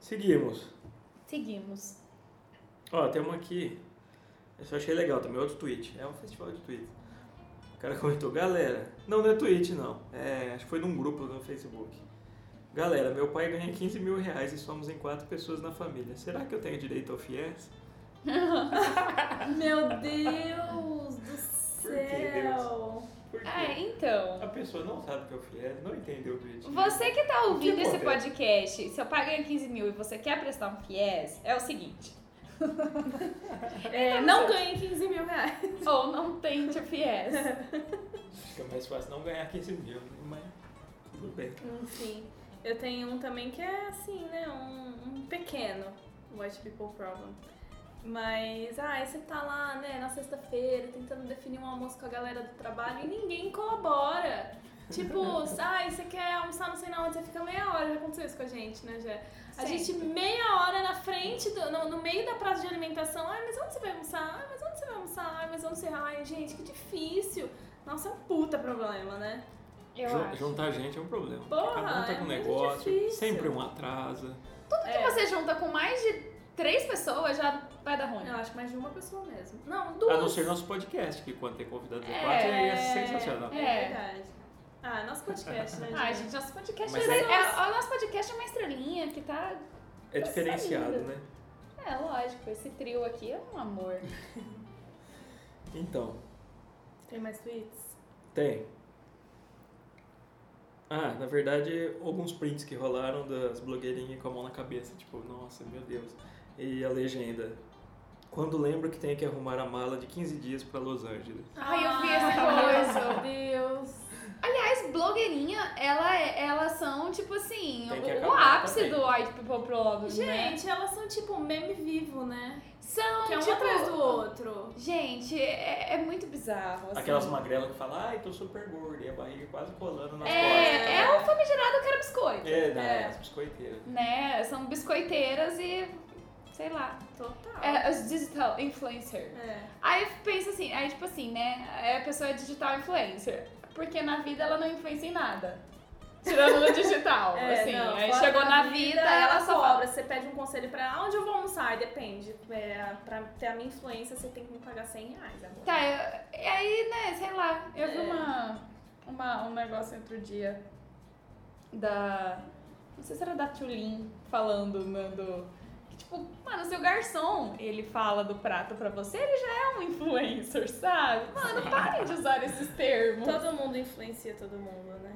Speaker 1: Seguimos.
Speaker 3: Seguimos.
Speaker 1: Ó, tem uma aqui. Eu só achei legal também, outro tweet. É um festival de tweets. O cara comentou, galera. Não, não é tweet não. É, acho que foi num grupo no Facebook. Galera, meu pai ganha 15 mil reais e somos em quatro pessoas na família. Será que eu tenho direito ao FIES?
Speaker 3: Ah.
Speaker 2: Meu Deus do
Speaker 1: Por que
Speaker 2: céu.
Speaker 1: Por quê?
Speaker 3: Ah, então.
Speaker 1: A pessoa não sabe o que é o FIES, não entendeu o tweet.
Speaker 3: Você que tá ouvindo
Speaker 1: Que
Speaker 3: esse
Speaker 1: modelo?
Speaker 3: podcast, se eu pagar 15 mil e você quer prestar um FIES, é o seguinte. Então,
Speaker 2: É, não ganhei 15 mil reais.
Speaker 3: Ou não tente o FIES.
Speaker 1: Fica é mais fácil não ganhar 15 mil, né? mas tudo bem.
Speaker 2: Enfim, Hum, eu tenho um também que é assim, né? Um, um pequeno White People Problem. Mas, ah, aí você tá lá, né, na sexta-feira, tentando definir um almoço com a galera do trabalho e ninguém colabora. Tipo, ai, você quer almoçar não sei na onde, você fica meia hora. Já aconteceu isso com a gente, né, Jé? A
Speaker 3: Sempre.
Speaker 2: gente meia hora na frente, do- no, no meio da praça de alimentação. Ai, mas onde você vai almoçar? Ai, mas onde você vai almoçar? Ai, mas onde você... Ai, gente, que difícil. Nossa, é um puta problema, né?
Speaker 3: Eu
Speaker 1: Jun-
Speaker 3: acho.
Speaker 1: Juntar gente é um problema.
Speaker 2: Porra,
Speaker 1: Cada um tá
Speaker 2: é
Speaker 1: com um
Speaker 2: muito
Speaker 1: negócio,
Speaker 2: difícil.
Speaker 1: sempre um atrasa.
Speaker 3: Tudo que você junta com mais de três pessoas já vai dar ruim.
Speaker 2: Eu acho que mais de uma pessoa mesmo. Não,
Speaker 1: A
Speaker 2: duas.
Speaker 1: não ser nosso podcast, que quando tem convidados de
Speaker 3: É.
Speaker 1: quatro é sensacional.
Speaker 2: É,
Speaker 3: É.
Speaker 2: verdade. Ah, nosso podcast, né?
Speaker 3: Ai, Ah, gente, nosso podcast
Speaker 1: Mas
Speaker 3: é,
Speaker 1: é-
Speaker 3: é- O nosso podcast é uma estrelinha que tá.
Speaker 1: É diferenciado,
Speaker 3: Nossa,
Speaker 1: né?
Speaker 3: É, lógico, esse trio aqui é um amor.
Speaker 1: Então,
Speaker 2: Tem mais tweets?
Speaker 1: tem. Ah, na verdade, alguns prints que rolaram das blogueirinhas com a mão na cabeça. Tipo, nossa, meu Deus. E a legenda. Quando lembro que tenho que arrumar a mala de 15 dias pra Los Angeles.
Speaker 3: Ai, eu vi essa coisa.
Speaker 2: Meu Deus.
Speaker 3: Aliás, blogueirinha, ela é- elas são, tipo assim,
Speaker 1: Tem que
Speaker 3: o, o
Speaker 1: acabar
Speaker 3: ápice
Speaker 1: também.
Speaker 3: do White People Problem, né?
Speaker 2: Gente, elas são tipo um meme vivo, né?
Speaker 3: São,
Speaker 2: Que é um
Speaker 3: tipo...
Speaker 2: atrás do outro.
Speaker 3: Gente, é, é muito bizarro, assim.
Speaker 1: Aquelas magrelas que falam, ai, tô super gorda, e a barriga quase colando nas costas.
Speaker 3: É, é o famigerado cara biscoito,
Speaker 1: É, da,
Speaker 2: É.
Speaker 1: as biscoiteiras.
Speaker 3: né? São biscoiteiras e, sei lá,
Speaker 2: Total.
Speaker 3: é, as digital influencer.
Speaker 2: É.
Speaker 3: Aí eu penso assim, aí tipo assim, né? aí A pessoa é digital influencer. Porque na vida ela não influencia em nada. Tirando no digital,
Speaker 2: É,
Speaker 3: assim.
Speaker 2: não,
Speaker 3: aí
Speaker 2: fora
Speaker 3: chegou
Speaker 2: da
Speaker 3: na vida, ela só
Speaker 2: cobra. Você pede um conselho pra ela, onde eu vou almoçar? Aí Depende. É, pra ter a minha influência, você tem que me pagar 100 reais agora.
Speaker 3: Tá, eu, e aí, né, sei lá, eu vi
Speaker 2: É.
Speaker 3: uma, uma, um negócio outro dia da. Não sei se era da Tulin falando, né, do. que, Tipo, mano, se o garçom ele fala do prato pra você, ele já é um influencer, sabe? Mano, parem de usar esses termos.
Speaker 2: Todo mundo influencia todo mundo, né?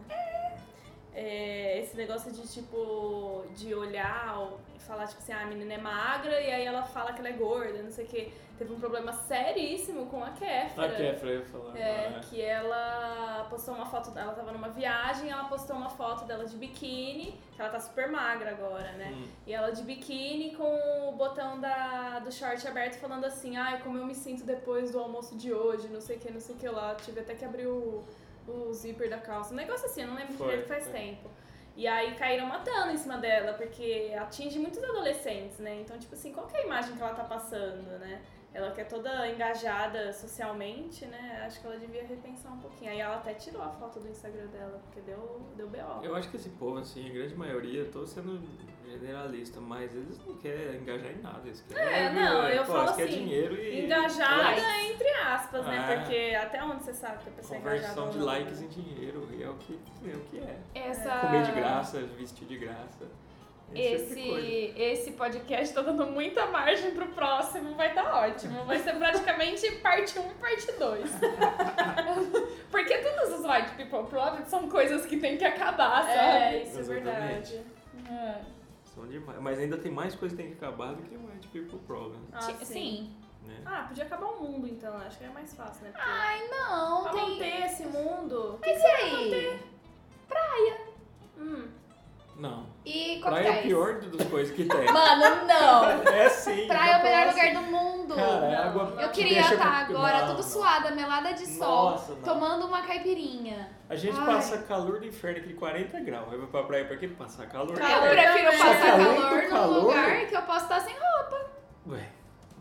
Speaker 2: É, esse negócio de tipo de olhar ou falar tipo assim, ah, a menina é magra e aí ela fala que ela é gorda, não sei o quê. Teve um problema seríssimo com a Kéfera.
Speaker 1: A Kefra ia falar.
Speaker 2: É, que ela postou uma foto, ela tava numa viagem, ela postou uma foto dela de biquíni, que ela tá super magra agora, né?
Speaker 1: Hum.
Speaker 2: E ela de biquíni com o botão da, do short aberto falando assim, ai, como eu me sinto depois do almoço de hoje, não sei o que, não sei o que lá. Tive até que abrir o, o zíper da calça. Um negócio assim, eu não lembro
Speaker 1: Foi,
Speaker 2: direito faz
Speaker 1: foi.
Speaker 2: tempo. E aí caíram matando em cima dela, porque atinge muitos adolescentes, né? Então, tipo assim, qual que é a imagem que ela tá passando, né? Ela que é toda engajada socialmente, né? Acho que ela devia repensar um pouquinho. Aí ela até tirou a foto do Instagram dela, porque deu, deu B.O.
Speaker 1: Eu acho que esse povo, assim, a grande maioria, eu tô sendo generalista, mas eles não querem engajar em nada. Eles querem,
Speaker 2: É, não, eu
Speaker 1: pô,
Speaker 2: falo
Speaker 1: eles querem
Speaker 2: assim,
Speaker 1: dinheiro e.
Speaker 2: Engajada,
Speaker 1: likes.
Speaker 2: entre aspas, né?
Speaker 1: Ah.
Speaker 2: Porque até onde você sabe que a pessoa é engajada?
Speaker 1: Conversão de
Speaker 2: ou não?
Speaker 1: likes em dinheiro, e é o que é. O que é.
Speaker 3: Essa...
Speaker 1: Comer de graça, vestir de graça. esse tipo de coisa.
Speaker 3: Esse, esse podcast tá dando muita margem pro próximo, vai tá ótimo. Vai ser praticamente parte 1 e parte 2. Porque todos os White People Problems são coisas que tem que acabar, sabe?
Speaker 2: É, isso é
Speaker 1: Exatamente.
Speaker 2: verdade.
Speaker 3: É.
Speaker 1: São demais. Mas ainda tem mais coisa que tem que acabar do que um White People Problem,
Speaker 2: Ah,
Speaker 3: Ti-
Speaker 1: né?
Speaker 2: Ah, podia acabar o mundo então, acho que é mais fácil, né? Porque
Speaker 3: Ai, não,
Speaker 2: pra
Speaker 3: Então, tem...
Speaker 2: manter esse mundo.
Speaker 3: Mas e aí?
Speaker 2: Hum.
Speaker 1: Não.
Speaker 3: E
Speaker 1: Praia é
Speaker 3: coquetéis?
Speaker 1: o pior do- das coisas que tem.
Speaker 3: Mano, não.
Speaker 1: É sim.
Speaker 3: Praia é o melhor
Speaker 1: nossa.
Speaker 3: lugar do mundo.
Speaker 1: assim, Cara, é
Speaker 2: Não,
Speaker 1: água
Speaker 2: não.
Speaker 1: que
Speaker 3: Eu
Speaker 1: te
Speaker 3: queria
Speaker 1: deixa
Speaker 3: estar
Speaker 1: com-
Speaker 3: agora
Speaker 1: Não,
Speaker 3: toda
Speaker 1: não.
Speaker 3: suada, melada de sol,
Speaker 1: Nossa, não.
Speaker 3: tomando uma caipirinha.
Speaker 1: A gente
Speaker 3: Ai.
Speaker 1: passa calor do inferno, aquele 40 graus. Aí vai pra praia pra que passar calor? É.
Speaker 2: Calor.
Speaker 3: eu prefiro
Speaker 1: Só
Speaker 2: também.
Speaker 1: que
Speaker 3: passar
Speaker 1: além do
Speaker 3: calor num
Speaker 1: calor-
Speaker 3: lugar que eu posso estar sem roupa.
Speaker 1: Ué,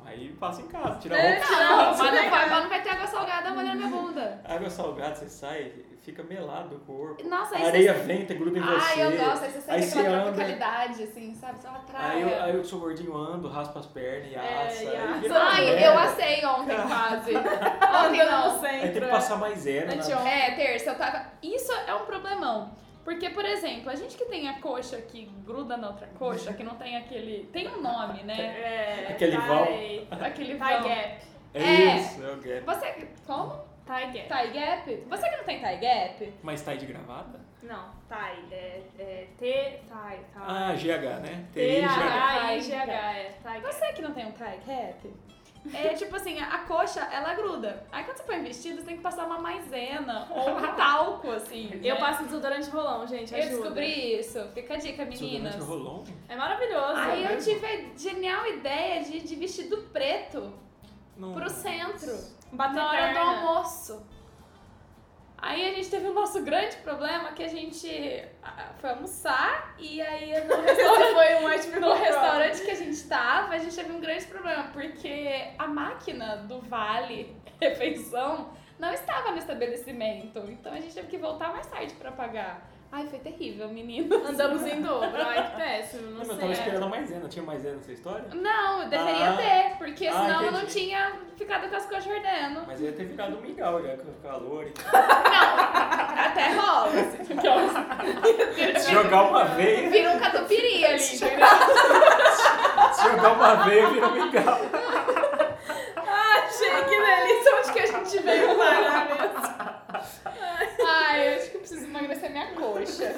Speaker 1: aí passa em casa, tira a
Speaker 2: É.
Speaker 1: roupa.
Speaker 2: Não,
Speaker 3: Não, mas
Speaker 2: isso
Speaker 3: não
Speaker 2: é
Speaker 3: vai, mas não vai ter água salgada molhando minha bunda.
Speaker 1: Água salgada, você sai, fica melado o corpo.
Speaker 3: Nossa, aí
Speaker 1: Areia
Speaker 3: você...
Speaker 1: venta, gruda em você.
Speaker 3: Ai, eu gosto, aí você
Speaker 1: Aí
Speaker 3: sente
Speaker 1: você
Speaker 3: aquela
Speaker 1: anda.
Speaker 3: tropicalidade, assim, sabe? Só uma praia.
Speaker 1: Aí eu, aí eu que sou gordinho ando, raspa as pernas e
Speaker 2: É,
Speaker 1: assa.
Speaker 2: e
Speaker 1: aí
Speaker 2: assa.
Speaker 1: vira uma
Speaker 3: Ai,
Speaker 1: merda.
Speaker 3: eu assei ontem quase. Ontem
Speaker 2: Tá Andando no
Speaker 3: não.
Speaker 1: Aí tem
Speaker 2: centro.
Speaker 1: que
Speaker 2: é.
Speaker 1: passar maisena. né?
Speaker 2: Anteontem.
Speaker 3: É, terça, eu tava... Isso é um problemão. Porque, por exemplo, a gente que tem a coxa que gruda na outra coxa, que não tem aquele... Tem um nome, né?
Speaker 2: É,
Speaker 1: Aquele
Speaker 2: vai-
Speaker 1: val.
Speaker 3: Aquele
Speaker 2: Vai
Speaker 3: vão.
Speaker 2: gap.
Speaker 1: É,
Speaker 3: É.
Speaker 1: isso, é o gap.
Speaker 3: Você... Como?
Speaker 2: Tie gap.
Speaker 3: Tie gap? Você que não tem tie gap?
Speaker 1: Mas tá aí de gravata?
Speaker 2: Não, tie. É, é T, tie, calma.
Speaker 1: Ah, GH, né? TI, GH.
Speaker 2: T-H-I-G-H, é. Tie gap.
Speaker 3: Você que não tem um tie gap? É tipo assim, a a coxa, ela gruda. Aí quando você põe vestido, você tem que passar uma maisena ou um talco, assim.
Speaker 2: Eu
Speaker 3: né?
Speaker 2: passo desodorante rolão, gente,
Speaker 3: Eu
Speaker 2: ajuda.
Speaker 3: descobri isso. Fica a dica, meninas.
Speaker 1: Desodorante Rolon?
Speaker 2: É maravilhoso.
Speaker 3: Aí eu
Speaker 1: mesmo?
Speaker 3: tive a genial ideia de, de vestido preto
Speaker 1: Não.
Speaker 3: pro centro.
Speaker 2: Bater
Speaker 3: na hora do
Speaker 2: perna.
Speaker 3: almoço. Aí a gente teve o nosso grande problema que a gente ah, foi almoçar e aí no
Speaker 2: Esse foi um white people
Speaker 3: No
Speaker 2: problem.
Speaker 3: restaurante que a gente tava, a gente teve um grande problema, porque a máquina do Vale Refeição não estava no estabelecimento. Então a gente teve que voltar mais tarde pra pagar. Ai, foi terrível, menino.
Speaker 2: Andamos em dobro, ai que péssimo,
Speaker 1: Não,
Speaker 2: não
Speaker 1: mas eu
Speaker 3: é.
Speaker 1: tava
Speaker 2: sei.
Speaker 1: esperando a maisena. Tinha maisena nessa história?
Speaker 3: Não, deveria
Speaker 1: Ah.
Speaker 3: ter, porque
Speaker 1: Ah,
Speaker 3: senão eu não
Speaker 1: entendi.
Speaker 3: tinha ficado com as coisas ardendo.
Speaker 1: Mas ia ter ficado um mingau, já com calor. e-
Speaker 3: Até rola. assim, porque eu-
Speaker 1: Se jogar uma veia,
Speaker 3: Vira um catupiry ali, entendeu?
Speaker 1: se jogar uma veia, vira um mingau.
Speaker 2: Achei que delícia onde que a gente veio parar mesmo.
Speaker 3: Ai, eu acho que eu preciso emagrecer minha coxa.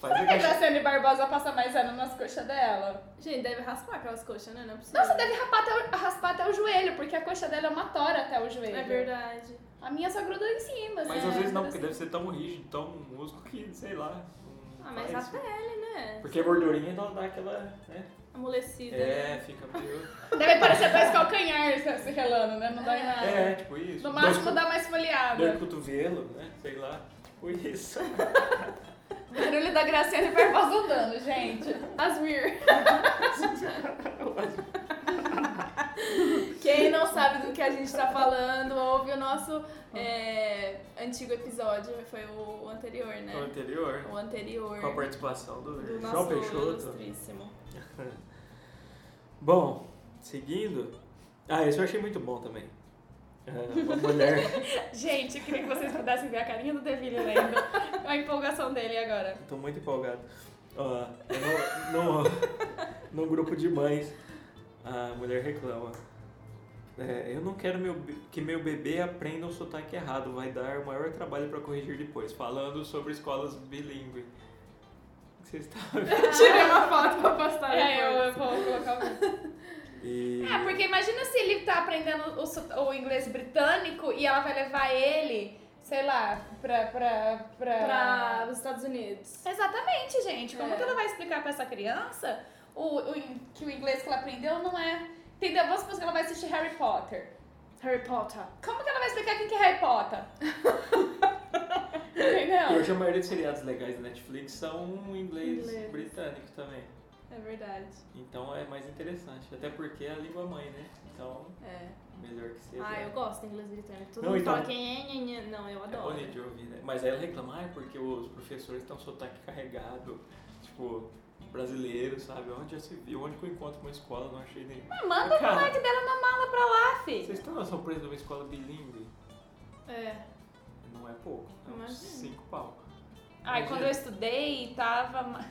Speaker 1: Faz
Speaker 3: Será que a
Speaker 1: aquele-
Speaker 3: Graciane Barbosa passa mais ano nas coxas dela?
Speaker 2: Gente, deve raspar aquelas coxas, né? Não é possível.
Speaker 3: Não, você deve rapar até o- raspar até o joelho, porque a coxa dela é uma tora até o joelho.
Speaker 2: É verdade.
Speaker 3: A minha só gruda em cima,
Speaker 1: Mas
Speaker 3: né?
Speaker 1: às vezes não, porque deve ser tão rígido, tão músculo que, sei lá. não
Speaker 2: Ah, mas
Speaker 1: faz.
Speaker 2: a pele, né?
Speaker 1: Porque a gordurinha ela dá aquela. Né?
Speaker 2: Amolecida.
Speaker 1: É, fica meio.
Speaker 3: Deve parecer dois calcanhares né, se relando, né? Não dói nada.
Speaker 1: É, tipo isso.
Speaker 3: No
Speaker 1: Dor
Speaker 3: máximo
Speaker 1: de
Speaker 3: dá mais
Speaker 1: co- dor de
Speaker 3: folheada.
Speaker 1: cotovelo, né? Sei lá. Tipo isso.
Speaker 3: Barulho da Graciane Barbosa andando, gente.
Speaker 2: As weird. Quem não sabe do que a gente tá falando, ouve o nosso é, antigo episódio. Foi o o anterior, né?
Speaker 1: No anterior,
Speaker 2: O anterior.
Speaker 1: com a participação do,
Speaker 2: Do
Speaker 1: João
Speaker 2: nosso
Speaker 1: Peixoto.
Speaker 2: ilustríssimo.
Speaker 1: Bom, seguindo. Ah, esse eu achei muito bom também. É, uma mulher.
Speaker 3: Gente, eu queria que vocês pudessem ver a carinha do Deville lendo. A empolgação dele agora.
Speaker 1: Tô muito empolgado. Ó, no, no, no grupo de mães, a mulher reclama. É, eu não quero meu be- que meu bebê aprenda o sotaque errado, vai dar o maior trabalho pra corrigir depois. Falando sobre escolas bilíngue. O que Vocês estão vendo?
Speaker 2: Tirei uma foto pra postar
Speaker 3: É, eu,
Speaker 2: depois.
Speaker 3: eu vou colocar o
Speaker 1: E...
Speaker 2: Ah,
Speaker 3: É, porque imagina se ele tá aprendendo o, sot- o inglês britânico e ela vai levar ele, sei lá, pra. pra, pra...
Speaker 2: Para os Estados Unidos.
Speaker 3: Exatamente, gente. Como
Speaker 2: É.
Speaker 3: que ela vai explicar pra essa criança o, o in- que o inglês que ela aprendeu não é. Entendeu? Vamos supor que ela vai assistir Harry Potter.
Speaker 2: Harry Potter.
Speaker 3: Como que ela vai explicar quem que é Harry Potter?
Speaker 1: E
Speaker 2: Entendeu?
Speaker 1: hoje a maioria dos seriados legais da Netflix são em inglês,
Speaker 2: Inglês.
Speaker 1: britânico também.
Speaker 2: É verdade.
Speaker 1: Então é mais interessante. Até porque é a língua mãe, né? Então,
Speaker 2: É.
Speaker 1: melhor que seja.
Speaker 2: Ah, eu gosto de inglês britânico. Todo
Speaker 1: Não,
Speaker 2: mundo
Speaker 1: então-
Speaker 2: fala quem é, não, eu
Speaker 1: É
Speaker 2: adoro.
Speaker 1: bonito de ouvir, né? Mas aí ela reclama, ah, é porque os professores estão sotaque carregado, tipo, brasileiro, sabe? Onde já se viu? Onde que eu encontro uma escola? Não achei nem.
Speaker 2: É,
Speaker 3: Ah, manda o
Speaker 1: Cara.
Speaker 3: moleque dela na mala pra lá, fi.
Speaker 1: Vocês têm noção preso de uma escola bilíngue?
Speaker 2: É.
Speaker 1: Não é pouco, é uns
Speaker 2: Imagina.
Speaker 1: cinco pau.
Speaker 3: Ai, quando eu estudei, tava. ma-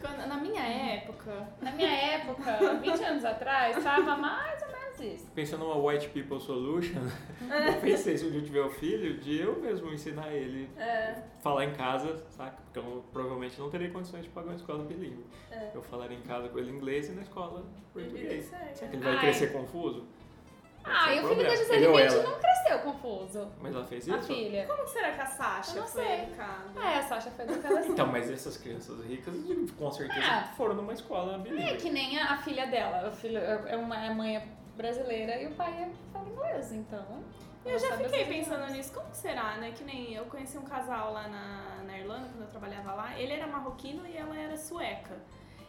Speaker 2: Quando- na minha época,
Speaker 3: Na minha época, 20 anos atrás, tava mais ou menos isso.
Speaker 1: Pensando numa White People Solution, eu pensei, se um dia eu tiver o filho, de eu mesmo ensinar ele
Speaker 2: é,
Speaker 1: falar em casa, saca? Porque eu provavelmente não teria condições de pagar uma escola bilíngue.
Speaker 2: É.
Speaker 1: Eu falaria em casa com ele inglês e na escola português. Será que ele vai
Speaker 3: Ai.
Speaker 1: crescer confuso?
Speaker 3: Ah,
Speaker 1: Esse
Speaker 3: e
Speaker 1: é
Speaker 3: o
Speaker 1: o
Speaker 3: filho
Speaker 1: problema.
Speaker 3: da Gisele
Speaker 1: Ele ou
Speaker 3: Bündchen
Speaker 1: ela?
Speaker 3: não cresceu confuso.
Speaker 1: Mas ela fez
Speaker 3: A
Speaker 1: isso?
Speaker 3: filha.
Speaker 2: Como que será que a Sasha
Speaker 3: Eu não
Speaker 2: foi
Speaker 3: sei.
Speaker 2: educada?
Speaker 3: É, a Sasha foi educada assim.
Speaker 1: Então, mas essas crianças ricas com certeza
Speaker 3: Ah.
Speaker 1: foram numa escola
Speaker 3: É
Speaker 1: bilíngue.
Speaker 3: que nem a, a filha dela. O filho é uma a mãe é brasileira e o pai é, fala inglês, então.
Speaker 2: Eu já
Speaker 3: Sabe
Speaker 2: fiquei
Speaker 3: essas
Speaker 2: pensando
Speaker 3: coisas.
Speaker 2: nisso, como que será, né? Que nem eu conheci um casal lá na, na Irlanda, quando eu trabalhava lá. Ele era marroquino e ela era sueca.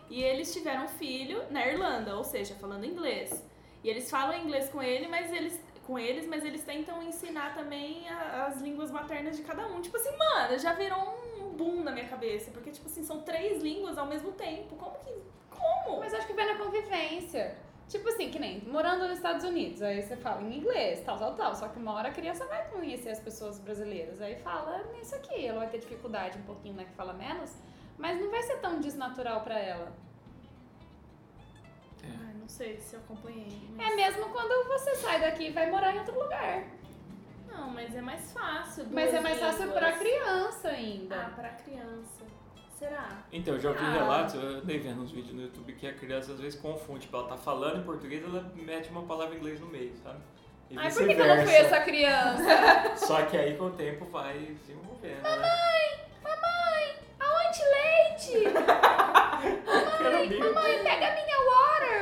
Speaker 2: E eles tiveram um filho na Irlanda, ou seja, falando inglês. E eles falam inglês com ele, mas eles com eles, mas eles tentam ensinar também a- as línguas maternas de cada um. Tipo assim, mano, já virou um boom na minha cabeça, porque tipo assim, são três línguas ao mesmo tempo. Como que como?
Speaker 3: Mas acho que vai na convivência. Tipo assim, que nem morando nos Estados Unidos, aí você fala em inglês, tal, tal, tal. Só que uma hora a criança vai conhecer as pessoas brasileiras, aí fala nisso aqui. Ela vai ter dificuldade um pouquinho na que fala menos, mas não vai ser tão desnatural pra ela.
Speaker 2: Ai, não sei se eu acompanhei.
Speaker 3: É mesmo quando você sai daqui e vai morar em outro lugar.
Speaker 2: Não, mas é mais fácil.
Speaker 3: Mas é
Speaker 2: duas
Speaker 3: mais fácil
Speaker 2: línguas.
Speaker 3: pra criança
Speaker 2: Ah,
Speaker 3: ainda.
Speaker 2: pra criança. Será?
Speaker 1: Então, eu já ouvi
Speaker 3: Ah.
Speaker 1: relatos, eu andei vendo uns vídeos no YouTube que a criança às vezes confunde. Tipo, ela tá falando em português, ela mete uma palavra em inglês no meio, sabe? E
Speaker 3: Ai, Ah, por que, que eu não fui
Speaker 1: vice-versa.
Speaker 3: essa criança?
Speaker 1: Só que aí com o tempo vai desenvolvendo, né?
Speaker 3: Mamãe, mamãe, aonde leite?
Speaker 1: Quero milk.
Speaker 3: Mamãe, pega minha water.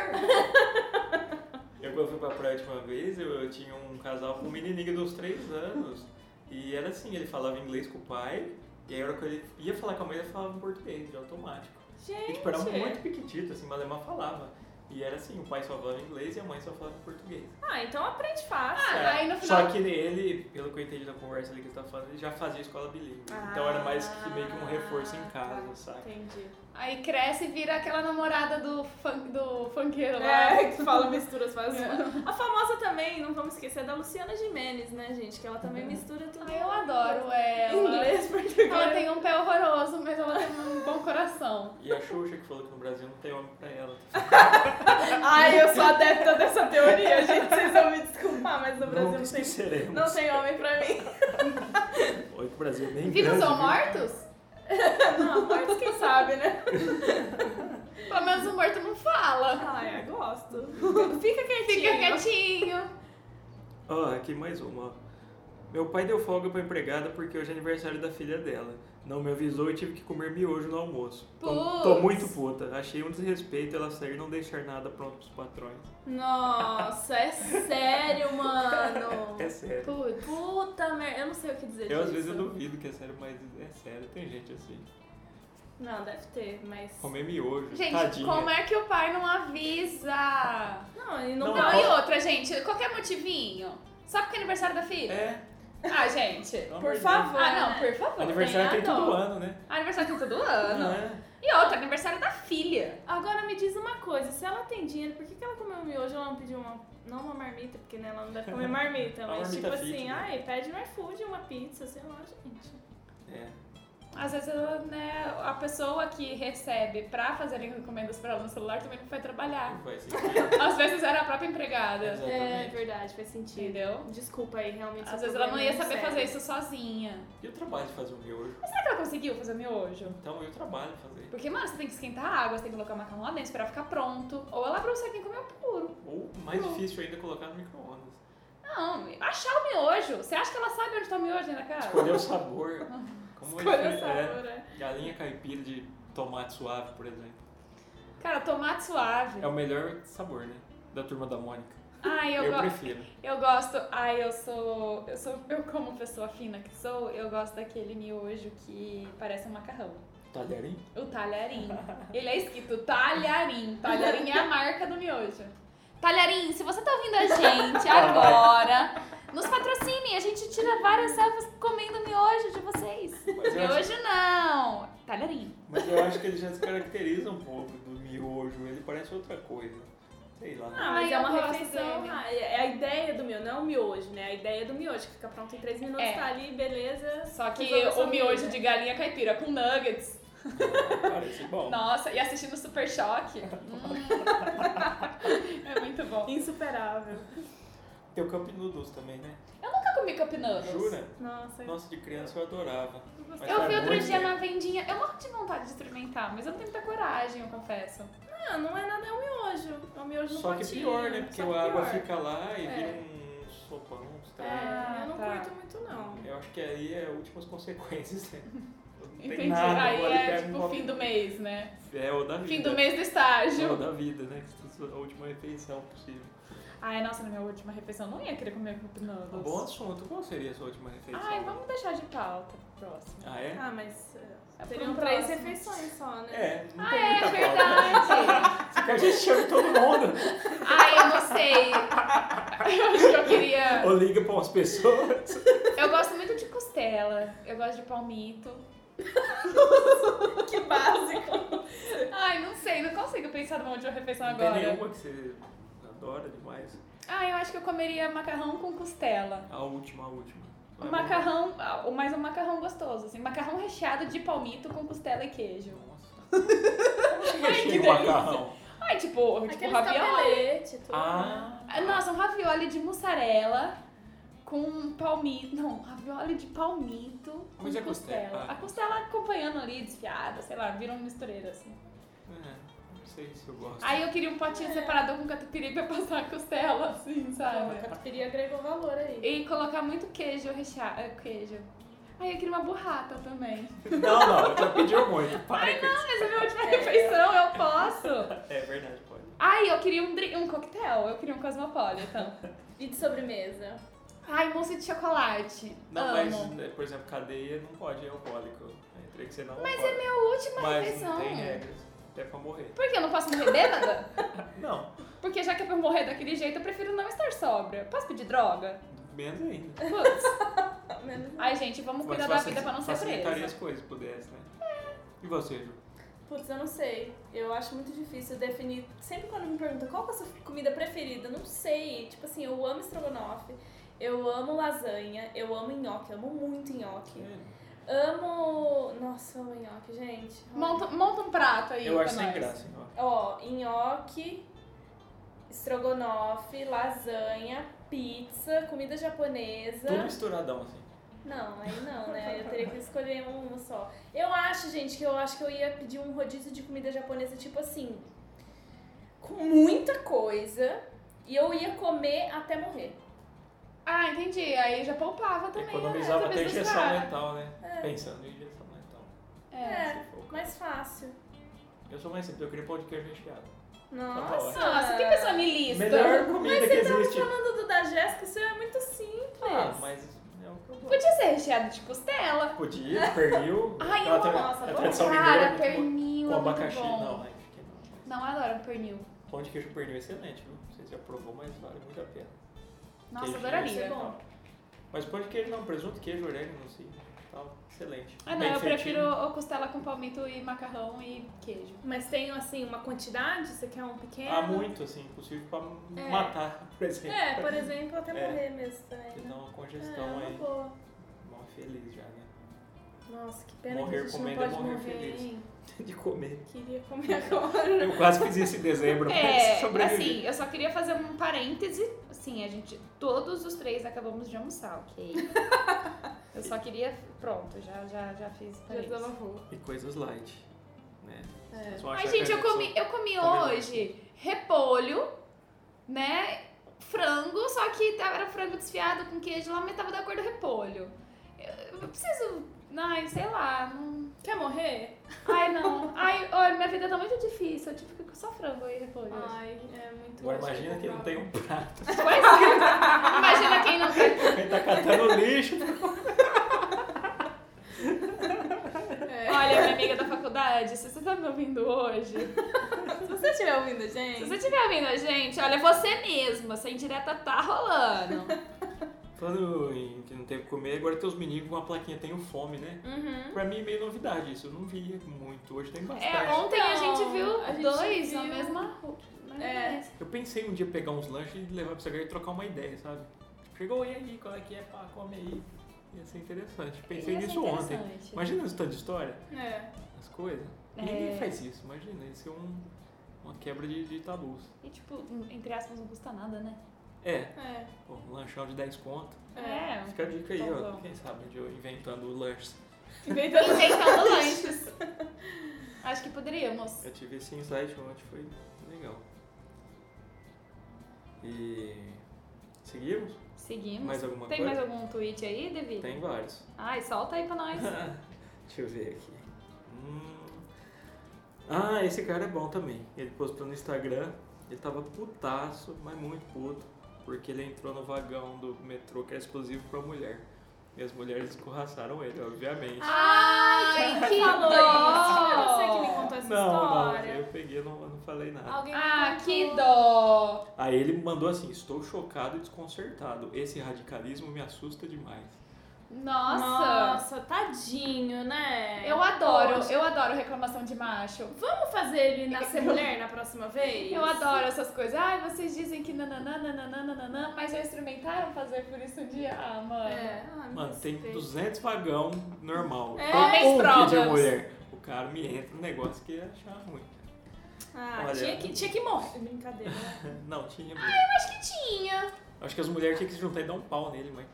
Speaker 1: Eu quando fui pra praia a última vez, eu, eu tinha um casal com um menininho dos 3 anos. E era assim, ele falava inglês com o pai, e aí a hora que ele ia falar com a mãe, ele falava em português, de automático.
Speaker 2: Gente!
Speaker 1: E tipo, era muito piquitito, assim, mas a irmã falava. E era assim, o pai só falava inglês e a mãe só falava português.
Speaker 2: Ah, então aprende fácil.
Speaker 3: Ah, aí no
Speaker 1: Só
Speaker 3: final.
Speaker 1: que ele, pelo que eu entendi da conversa ali que ele tá falando, ele já fazia escola bilíngue. Então era mais que meio que um reforço em casa,
Speaker 2: Ah,
Speaker 1: sabe?
Speaker 2: Entendi.
Speaker 3: Aí cresce e vira aquela namorada do, fun, do funkeiro lá.
Speaker 2: É, que fala misturas faz um
Speaker 3: É.
Speaker 2: A famosa também, não vamos esquecer, é da Luciana Jimenez, né, gente? Que ela também mistura tudo.
Speaker 3: Ai, Uhum. Ah, eu adoro ela.
Speaker 2: Inglês, português.
Speaker 3: Ela tem um pé horroroso, mas ela tem um bom coração.
Speaker 1: E a Xuxa que falou que no Brasil não tem homem pra ela.
Speaker 3: um
Speaker 2: Ai, eu sou adepta dessa teoria, gente. Vocês vão me desculpar, mas no Brasil
Speaker 1: Nunca
Speaker 2: não tem,
Speaker 1: esqueceremos.
Speaker 2: não tem homem pra mim.
Speaker 1: Olha que o Brasil é bem
Speaker 3: Vivos
Speaker 1: grande,
Speaker 3: ou
Speaker 1: viu?
Speaker 3: mortos?
Speaker 2: Não, mas quem sabe, né?
Speaker 3: Pelo menos o morto não fala.
Speaker 2: Ai, eu gosto. Fica quietinho.
Speaker 3: Fica quietinho.
Speaker 1: Ó, aqui mais uma. ó. Meu pai deu folga pra empregada porque hoje é aniversário da filha dela. Não me avisou e tive que comer miojo no almoço. Tô, tô
Speaker 3: Putz.
Speaker 1: muito puta. Achei um desrespeito ela sair e não deixar nada pronto pros patrões.
Speaker 2: Nossa, é sério, mano.
Speaker 1: É sério.
Speaker 3: Putz.
Speaker 2: Puta merda, eu não sei o que dizer
Speaker 1: Eu às
Speaker 2: disso.
Speaker 1: vezes eu duvido que é sério, mas é sério, tem gente assim.
Speaker 2: Não, deve ter, mas...
Speaker 1: Comer miojo,
Speaker 3: Gente,
Speaker 1: tadinha.
Speaker 3: como é que o pai não avisa?
Speaker 2: Não, e
Speaker 1: Não,
Speaker 2: não...
Speaker 3: Não,
Speaker 1: mas-
Speaker 3: e outra, gente, qualquer motivinho. Só porque é aniversário da filha?
Speaker 1: É,
Speaker 3: Ah, gente.
Speaker 1: pelo amor
Speaker 2: Por
Speaker 1: de Deus.
Speaker 2: favor.
Speaker 3: Ah, não, por favor.
Speaker 1: Aniversário tem
Speaker 3: tenha dó.
Speaker 1: todo ano, né?
Speaker 3: Aniversário tem todo ano.
Speaker 1: é?
Speaker 3: E outra, aniversário da filha.
Speaker 2: Agora me diz uma coisa, se ela tem dinheiro, por que, que ela comeu miojo? Ela não pediu uma... Não uma marmita, porque né, ela não deve comer marmita,
Speaker 1: Uma
Speaker 2: mas
Speaker 1: marmita
Speaker 2: tipo
Speaker 1: fit,
Speaker 2: assim,
Speaker 1: né?
Speaker 2: ai, pede no iFood uma pizza, sei lá, gente.
Speaker 1: É.
Speaker 3: Às vezes, ela, né, a pessoa que recebe pra fazerem encomendas pra ela no celular também não foi trabalhar.
Speaker 1: Não faz
Speaker 3: Às vezes era a própria empregada.
Speaker 2: Ah. É
Speaker 1: Exatamente.
Speaker 2: verdade, faz sentido.
Speaker 3: Entendeu?
Speaker 2: Desculpa aí, realmente.
Speaker 3: Às
Speaker 2: seu
Speaker 3: vezes ela não
Speaker 2: problema
Speaker 3: ia
Speaker 2: é
Speaker 3: saber
Speaker 2: sério.
Speaker 3: fazer isso sozinha.
Speaker 1: E o trabalho de fazer um miojo?
Speaker 3: Mas será que ela conseguiu fazer miojo?
Speaker 1: Então, eu trabalho fazer.
Speaker 3: Porque, mano, você tem que esquentar a água, você tem que colocar o macarrão lá dentro, esperar ficar pronto. Ou ela pra você tem que comer puro.
Speaker 1: Ou mais
Speaker 3: Não.
Speaker 1: difícil ainda, é colocar no micro-ondas.
Speaker 3: Não, achar o miojo. Você acha que ela sabe onde tá o miojo dentro da casa? né?
Speaker 1: Escolher o sabor. Como
Speaker 2: Escolha
Speaker 1: é
Speaker 2: o
Speaker 1: difícil, um é.
Speaker 2: sabor, é.
Speaker 1: Galinha caipira de tomate suave, por exemplo.
Speaker 3: Cara, tomate suave.
Speaker 1: É o melhor sabor, né? Da turma da Mônica.
Speaker 3: Ai, eu,
Speaker 1: eu
Speaker 3: go-
Speaker 1: prefiro.
Speaker 3: eu gosto. Ai, eu sou. Eu sou. Eu, como pessoa fina que sou, eu gosto daquele miojo que parece um macarrão.
Speaker 1: Talharim?
Speaker 3: O talharim. Ele é escrito talharim. Talharim é a marca do miojo. Talharim, se você tá ouvindo a gente agora, nos patrocine. A gente tira várias selfies comendo miojo de vocês.
Speaker 1: Mas eu, acho,
Speaker 3: Miojo não. Talharim.
Speaker 1: mas eu acho que ele já descaracteriza um pouco do miojo. Ele parece outra coisa. Sei lá.
Speaker 2: Ah, mas
Speaker 3: Ai,
Speaker 2: é
Speaker 3: eu
Speaker 2: uma
Speaker 3: gosto
Speaker 2: refeição.
Speaker 3: dele.
Speaker 2: ah, é a ideia do miojo, não o miojo, né? A ideia do miojo, que fica pronto em 3 minutos,
Speaker 3: É.
Speaker 2: tá ali, beleza.
Speaker 3: Só que
Speaker 2: Resolve sua
Speaker 3: o miojo
Speaker 2: vida.
Speaker 3: de galinha caipira com nuggets.
Speaker 1: Parece bom.
Speaker 3: Nossa, e assistindo Super Choque. Hum. é muito bom.
Speaker 2: Insuperável.
Speaker 1: Tem o Cup Noodles também, né?
Speaker 3: Eu nunca comi cup noodles.
Speaker 1: Jura?
Speaker 2: Nossa,
Speaker 1: Nossa, de criança eu adorava.
Speaker 2: eu
Speaker 1: Mas
Speaker 3: Eu
Speaker 1: faz
Speaker 3: vi outro
Speaker 1: muito
Speaker 3: dia
Speaker 1: tempo.
Speaker 3: na vendinha. Eu morro de vontade de experimentar, mas eu não tenho muita coragem, eu confesso.
Speaker 2: Não, não é nada, é um miojo. É um miojo no
Speaker 1: Só que
Speaker 2: potinho.
Speaker 1: pior, né? Porque
Speaker 2: Só que
Speaker 1: a água
Speaker 2: pior.
Speaker 1: fica lá e
Speaker 2: É.
Speaker 1: vira um sopão, um estrago.
Speaker 2: É, eu não
Speaker 3: Ah, tá.
Speaker 2: curto muito, não.
Speaker 1: Eu acho que aí é últimas consequências, né? Não tem
Speaker 3: Entendi.
Speaker 1: nada,
Speaker 3: Aí
Speaker 1: agora
Speaker 3: é
Speaker 1: pega um
Speaker 3: tipo
Speaker 1: copo-
Speaker 3: fim do mês, né?
Speaker 1: É, ou da vida.
Speaker 3: Fim do mês do
Speaker 1: Ou
Speaker 3: estágio.
Speaker 1: da vida, né? Que isso é a última refeição possível.
Speaker 3: Ai, nossa, na minha última refeição eu não ia querer comer cup
Speaker 1: Um bom
Speaker 3: noodles.
Speaker 1: assunto. Qual seria a sua última refeição?
Speaker 3: Ai, vamos deixar de pauta pro próximo.
Speaker 1: Ah, é?
Speaker 2: Ah, mas eh,
Speaker 3: É pro
Speaker 2: seriam
Speaker 3: um
Speaker 2: três
Speaker 3: próximo.
Speaker 2: refeições só, né?
Speaker 1: É, não
Speaker 3: Ah,
Speaker 1: tem
Speaker 3: é
Speaker 1: muita
Speaker 3: verdade.
Speaker 1: pauta. A gente chama todo mundo.
Speaker 3: Ai, eu não sei. Eu acho que eu queria.
Speaker 1: Ou liga pra umas pessoas.
Speaker 3: Eu gosto muito de costela. Eu gosto de palmito.
Speaker 2: Que básico.
Speaker 3: Ai, não sei, não consigo pensar numa última refeição
Speaker 1: Não tem
Speaker 3: agora.
Speaker 1: nenhuma que você adora demais.
Speaker 3: Ah, eu acho que eu comeria macarrão com costela.
Speaker 1: A última, a última.
Speaker 3: Um macarrão, ah, ou mais um macarrão gostoso, assim. Macarrão recheado de palmito com costela e queijo.
Speaker 1: Nossa. Como
Speaker 3: que
Speaker 1: que
Speaker 3: delícia.
Speaker 1: macarrão?
Speaker 3: Ai, tipo, tipo
Speaker 2: Aquele
Speaker 3: ravioli.
Speaker 2: cabelete, tudo.
Speaker 1: Ah,
Speaker 3: Ah, Nossa, um ravioli de mussarela com palmito. Não, ravioli de palmito com
Speaker 1: Mas e a costela?
Speaker 3: costela.
Speaker 1: Ah.
Speaker 3: A costela acompanhando ali, desfiada, sei lá, vira uma mistureira, assim.
Speaker 1: é, não sei se eu gosto.
Speaker 3: Aí eu queria um potinho separado com catupiry pra passar a costela, assim,
Speaker 2: Né?
Speaker 3: sabe?
Speaker 2: Catupiry agregou valor aí.
Speaker 3: E colocar muito queijo recheado. eh, Queijo. Aí eu queria uma burrata também.
Speaker 1: Não, não, já pediu muito. Para com isso.
Speaker 3: Mas a minha última
Speaker 2: É.
Speaker 3: refeição, eu posso.
Speaker 1: É verdade, pode.
Speaker 3: Ai, eu queria um, dri- um coquetel. Eu queria um cosmopolitan.
Speaker 2: E de sobremesa?
Speaker 3: Ai, mousse de chocolate.
Speaker 1: Não,
Speaker 3: Amo.
Speaker 1: mas, né, por exemplo, cadeia não pode, é alcoólico. Aí teria que ser não
Speaker 3: Mas é
Speaker 1: alcoólico.
Speaker 3: minha última
Speaker 1: Mas
Speaker 3: refeição.
Speaker 1: não tem é. regras. Até pra morrer. Tá,
Speaker 3: Por que eu não posso morrer bêbada?
Speaker 1: Não,
Speaker 3: Porque já que é pra eu morrer daquele jeito, eu prefiro não estar sóbria. Posso pedir droga?
Speaker 1: menos ainda.
Speaker 3: Putz.
Speaker 2: Ah, Menos
Speaker 3: Ai, gente, vamos
Speaker 1: Mas
Speaker 3: cuidar da
Speaker 1: facil-
Speaker 3: vida pra não ser
Speaker 1: Facilitaria as
Speaker 3: presa.
Speaker 1: coisas, se pudesse, né? E você, Ju?
Speaker 2: Putz, eu não sei. Eu acho muito difícil definir. Sempre quando me perguntam qual que é a sua comida preferida, eu não sei. Tipo assim, eu amo estrogonofe, eu amo lasanha, eu amo nhoque, eu amo muito nhoque.
Speaker 1: É,
Speaker 2: Amo. Nossa, eu amo nhoque, gente. Ó.
Speaker 3: Monta, monta um prato aí
Speaker 1: Eu
Speaker 3: pra
Speaker 1: acho sem
Speaker 3: nós.
Speaker 1: graça, ó.
Speaker 2: Ó, nhoque, estrogonofe, lasanha, pizza, comida japonesa.
Speaker 3: é.
Speaker 1: Tudo misturadão, assim.
Speaker 2: Não, aí não, né? Eu teria que escolher uma só. Eu acho, gente, que eu acho que eu ia pedir um rodízio de comida japonesa, tipo assim, com muita coisa, e eu ia comer até morrer.
Speaker 3: Ah, entendi. Aí já poupava também.
Speaker 1: Economizava
Speaker 3: né,
Speaker 1: até
Speaker 3: essa
Speaker 1: injeção
Speaker 3: misturada.
Speaker 1: mental, né?
Speaker 2: É.
Speaker 1: Pensando em injeção mental.
Speaker 3: É.
Speaker 2: É.
Speaker 1: se for.
Speaker 2: Mais fácil.
Speaker 1: Eu sou mais simples, eu queria pão de queijo recheado.
Speaker 2: Nossa!
Speaker 1: Ah,
Speaker 3: Nossa, que pessoa milista.
Speaker 1: Melhor comida que
Speaker 3: tá
Speaker 2: Mas
Speaker 1: existe.
Speaker 2: falando do da Jéssica, isso é muito simples.
Speaker 1: Ah, mas é o que eu gosto.
Speaker 3: Podia ser recheado de costela.
Speaker 1: Podia, pernil.
Speaker 3: Ai, eu
Speaker 1: Ela tem-
Speaker 3: amo. Nossa,
Speaker 1: a
Speaker 3: vou-
Speaker 1: tradição mineira
Speaker 3: Cara,
Speaker 1: é muito boa.
Speaker 3: pernil
Speaker 1: Com
Speaker 3: é muito
Speaker 1: abacaxi.
Speaker 3: bom.
Speaker 1: Não, aí fiquei não. mas
Speaker 3: Não, eu adoro pernil.
Speaker 1: Pão de queijo pernil é excelente, viu? Não sei se já provou, mas vale muito a pena.
Speaker 3: Nossa,
Speaker 1: Queijo
Speaker 3: adoraria.
Speaker 1: é bom. Mas pão de queijo não, presunto, queijo, orégano, não sei. Tal. Excelente.
Speaker 3: Ah, não,
Speaker 1: Bem
Speaker 3: eu
Speaker 1: feitinho.
Speaker 3: prefiro o costela com palmito e macarrão e queijo.
Speaker 2: Mas tem, assim, uma quantidade? Você quer um pequeno?
Speaker 1: Há muito, assim, impossível pra
Speaker 2: É.
Speaker 1: matar, por exemplo.
Speaker 2: É, por exemplo, até
Speaker 1: É.
Speaker 2: morrer mesmo também.
Speaker 1: Porque
Speaker 2: né?
Speaker 1: dá uma
Speaker 2: é,
Speaker 1: congestão
Speaker 2: uma
Speaker 1: aí.
Speaker 2: boa.
Speaker 1: Morre feliz já, né?
Speaker 2: Nossa, que pena
Speaker 1: Morrer
Speaker 2: que a gente não
Speaker 1: comendo é
Speaker 2: pode
Speaker 1: morrer
Speaker 2: morrer,
Speaker 1: feliz.
Speaker 2: hein?
Speaker 1: De comer.
Speaker 2: Queria comer agora.
Speaker 1: Eu quase fiz isso em dezembro, mas
Speaker 3: É,
Speaker 1: sobrevivi.
Speaker 3: assim, eu só queria fazer um parêntese. Assim, a gente, todos os três acabamos de almoçar, ok? eu só queria, pronto, já, já, já fiz
Speaker 2: Já
Speaker 3: parêntese.
Speaker 2: desabafou.
Speaker 1: E coisas light, né?
Speaker 2: É.
Speaker 1: Só
Speaker 3: Ai,
Speaker 1: achar que
Speaker 3: assim. gente,
Speaker 1: a
Speaker 3: eu comi, eu comi
Speaker 1: combinou.
Speaker 3: hoje repolho, né? Frango, só que tava- era frango desfiado com queijo lá, mas tava da cor do repolho. Eu, eu preciso. Ai, sei lá, não.
Speaker 2: Quer morrer?
Speaker 3: Ai, não. Ai, olha, minha vida tá muito difícil. Eu tive que só frango aí depois.
Speaker 2: Ai, é muito
Speaker 1: Agora imagina que não tem um prato.
Speaker 3: Pois é. Tipo Imagina quem não tem.
Speaker 1: Quem tá catando lixo.
Speaker 2: É.
Speaker 3: Olha, minha amiga da faculdade, se você tá me ouvindo hoje,
Speaker 2: Se você estiver ouvindo a
Speaker 3: se
Speaker 2: gente,
Speaker 3: você estiver ouvindo a gente, olha, você mesma, essa indireta tá rolando.
Speaker 1: Falando em que não teve o que comer, agora tem os meninos com uma plaquinha, tenho fome, né?
Speaker 3: tá
Speaker 2: Uhum.
Speaker 1: Pra mim é meio novidade isso, eu não via muito, hoje tem bastante.
Speaker 3: É, ontem a
Speaker 2: Então,
Speaker 3: gente viu
Speaker 2: a gente
Speaker 3: dois na
Speaker 2: viu-
Speaker 3: mesma né? rua. na
Speaker 2: É.
Speaker 3: mesma
Speaker 1: Eu pensei um dia pegar uns lanches e levar pra essa galera e trocar uma ideia, sabe? Chegou, e aí, qual é que é? Pá, come aí. Ia ser interessante. Pensei
Speaker 3: Ia ser
Speaker 1: nisso ontem.
Speaker 3: interessante.
Speaker 1: Imagina o tanto de história,
Speaker 2: É.
Speaker 1: as coisas.
Speaker 3: É.
Speaker 1: Ninguém faz isso, imagina. Isso é um, uma quebra de, de tabus.
Speaker 3: E tipo, entre aspas, não custa nada, né?
Speaker 1: É,
Speaker 2: É.
Speaker 1: pô, um lanchão de 10 conto.
Speaker 2: É.
Speaker 3: um
Speaker 1: Fica a dica aí, ó.
Speaker 3: Tomzão.
Speaker 1: Quem sabe um dia eu inventando lanches.
Speaker 2: Inventando.
Speaker 3: Inventando lanches. Acho que poderíamos.
Speaker 1: Eu tive esse insight ontem, foi legal. E. Seguimos?
Speaker 3: Seguimos.
Speaker 1: Mais alguma
Speaker 3: Tem
Speaker 1: coisa?
Speaker 3: mais algum tweet aí, Devi?
Speaker 1: Tem vários.
Speaker 3: Ai, solta aí pra nós.
Speaker 1: Deixa eu ver aqui. Hum. Ah, esse cara é bom também. Ele postou no Instagram, ele tava putaço, mas muito puto, porque ele entrou no vagão do metrô que era exclusivo pra mulher. E as mulheres escorraçaram ele, obviamente.
Speaker 3: Ah, Ai, que né?
Speaker 2: falou isso? Foi você que me
Speaker 3: dó!
Speaker 2: contou essa
Speaker 1: não, não,
Speaker 2: história.
Speaker 1: eu peguei, não, não falei nada.
Speaker 2: Alguém me
Speaker 3: Ah,
Speaker 2: contou.
Speaker 3: que dó!
Speaker 1: Aí ele mandou assim: Estou chocado e desconcertado. Esse radicalismo me assusta demais.
Speaker 3: Nossa!
Speaker 2: Nossa, tadinho, né?
Speaker 3: Eu adoro,
Speaker 2: Poxa.
Speaker 3: eu adoro reclamação de macho.
Speaker 2: Vamos fazer ele nascer
Speaker 3: Eu-
Speaker 2: mulher na próxima vez?
Speaker 3: Eu adoro essas coisas. Ai, vocês dizem que nananã, nananã, nananã, mas já experimentaram fazer por isso um dia? Ah, mano.
Speaker 2: É. Ah, me
Speaker 1: Mano, tem
Speaker 2: respeita.
Speaker 1: 200 vagão normal. tem
Speaker 2: É,
Speaker 3: tem
Speaker 1: um que é de
Speaker 3: provas.
Speaker 1: mulher. O cara me entra no negócio que ia achar ruim.
Speaker 2: Ah,
Speaker 1: Olha. um
Speaker 2: tinha que, tinha que morrer. Brincadeira. né?
Speaker 1: Não, tinha mesmo.
Speaker 3: Acho que tinha.
Speaker 1: Acho que as mulheres tinham que se juntar e dar um pau nele, mas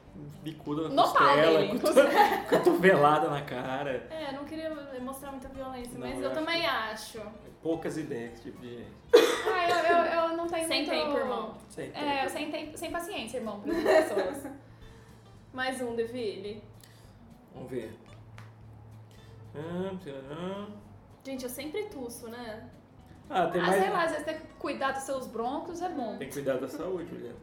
Speaker 1: bicuda na
Speaker 3: No pau
Speaker 1: costela,
Speaker 3: dele.
Speaker 1: coto- cotovelada na cara.
Speaker 2: É, eu não queria mostrar muita violência,
Speaker 1: Não,
Speaker 2: mas
Speaker 1: eu
Speaker 2: eu,
Speaker 1: acho
Speaker 2: também
Speaker 1: que-
Speaker 2: acho.
Speaker 1: Poucas ideias esse tipo de gente.
Speaker 3: Ai, eu, eu, eu não tenho
Speaker 2: Sem
Speaker 3: muito...
Speaker 2: tempo, irmão.
Speaker 1: Sem
Speaker 3: É, eu
Speaker 1: tempo.
Speaker 3: sem, tempo, sem paciência, irmão, para pessoas.
Speaker 2: Mais um, Deville.
Speaker 1: Vamos ver. Hum, tcharam.
Speaker 2: Gente, eu sempre tuço, né?
Speaker 1: Ah, tem
Speaker 3: ah,
Speaker 1: mais.
Speaker 3: sei lá, às vezes ter que cuidar dos seus broncos é bom.
Speaker 1: Tem que cuidar da saúde, Juliana.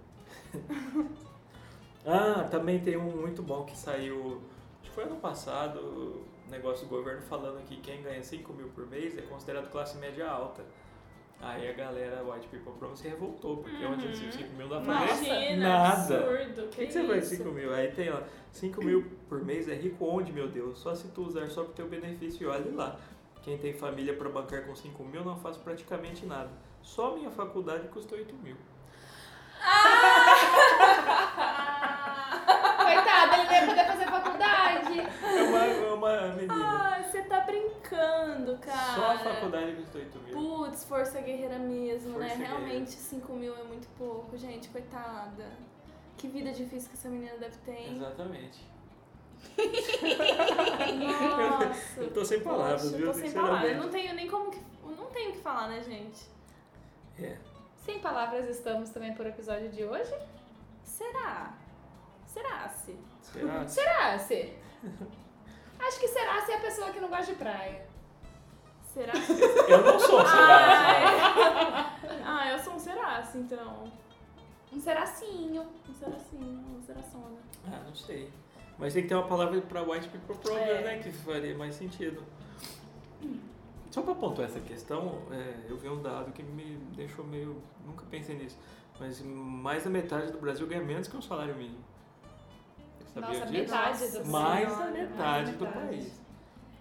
Speaker 1: ah, também tem um muito bom que saiu. Acho que foi ano passado. O negócio do governo falando que quem ganha 5 mil por mês é considerado classe média alta. Aí a galera White People Problem se revoltou, porque
Speaker 2: Uhum.
Speaker 1: onde onde 5 mil dá pra
Speaker 3: Nossa,
Speaker 1: fazer?
Speaker 2: Imagina,
Speaker 1: tá nada.
Speaker 2: absurdo.
Speaker 1: O que, que você faz
Speaker 2: isso?
Speaker 1: 5 mil? Aí tem, ó, 5 mil por mês é rico onde, meu Deus? Só se tu usar só pro teu benefício. E olha lá, quem tem família pra bancar com 5 mil não faz praticamente nada. Só minha faculdade custou 8 mil.
Speaker 2: Ah!
Speaker 3: Coitado, ele não ia poder fazer faculdade.
Speaker 1: É uma, é uma menina.
Speaker 2: Ai, você tá brincando, cara.
Speaker 1: Só a faculdade custou 8 mil.
Speaker 2: Putz, força guerreira mesmo, né?
Speaker 1: Força guerreira.
Speaker 2: Realmente 5 mil é muito pouco, gente, coitada. Que vida difícil que essa menina deve ter. hein?
Speaker 1: Exatamente.
Speaker 2: Nossa.
Speaker 1: Eu tô sem palavras,
Speaker 2: Poxa,
Speaker 1: viu?
Speaker 2: Eu tô sem palavras. Eu
Speaker 1: Sinceramente.
Speaker 2: não tenho nem como que. eu não tenho o que falar, né, gente?
Speaker 1: É.
Speaker 3: Sem palavras, estamos também por episódio de hoje.
Speaker 2: Será? Será se?
Speaker 1: Será?
Speaker 3: Será, se? Acho que será se é a pessoa que não gosta de praia.
Speaker 2: Será se?
Speaker 1: Eu não sou, será?
Speaker 2: ah, é. ah, eu sou um será se, então.
Speaker 3: Um seracinho.
Speaker 2: Um será sim, um será sona.
Speaker 1: Ah, não sei. Mas tem que ter uma palavra pra white people problem,
Speaker 2: É.
Speaker 1: né? Que faria mais sentido. Só pra pontuar essa questão, é, eu vi um dado que me deixou meio. Nunca pensei nisso. Mas mais da metade do Brasil ganha menos que um salário mínimo. Sabia
Speaker 3: Nossa,
Speaker 1: disso?
Speaker 3: metade
Speaker 2: Nossa
Speaker 3: do né?
Speaker 1: Mais da
Speaker 2: Senhora, mais
Speaker 1: metade
Speaker 3: da
Speaker 1: do
Speaker 3: metade.
Speaker 1: país.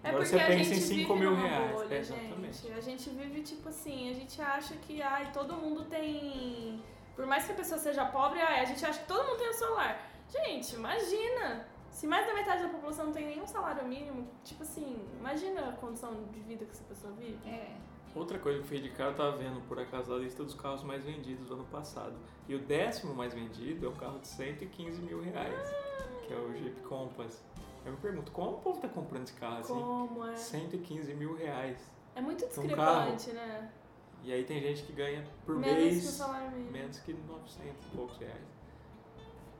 Speaker 2: É
Speaker 1: Agora
Speaker 2: porque
Speaker 1: você
Speaker 2: a
Speaker 1: pensa
Speaker 2: gente
Speaker 1: em 5
Speaker 2: vive
Speaker 1: mil
Speaker 2: numa
Speaker 1: reais.
Speaker 2: Bolha,
Speaker 1: É, exatamente.
Speaker 2: Gente. A gente vive, tipo assim, a gente acha que ai, todo mundo tem. Por mais que a pessoa seja pobre, ai, a gente acha que todo mundo tem um celular. Gente, imagina! Se mais da metade da população não tem nenhum salário mínimo, tipo assim, imagina a condição de vida que essa pessoa vive.
Speaker 3: É.
Speaker 1: Outra coisa que eu fiquei de cara, eu tava vendo por acaso a lista dos carros mais vendidos do ano passado. E o décimo mais vendido é o carro de 115 mil reais, que é o Jeep Compass. Eu me pergunto, como o povo tá comprando esse carro assim?
Speaker 2: Como é?
Speaker 1: 115 mil reais.
Speaker 2: É muito
Speaker 1: um carro.
Speaker 2: discrepante, né?
Speaker 1: E aí tem gente que ganha por
Speaker 2: Menos que o
Speaker 1: mês
Speaker 2: salário mínimo.
Speaker 1: menos que 900 e poucos reais.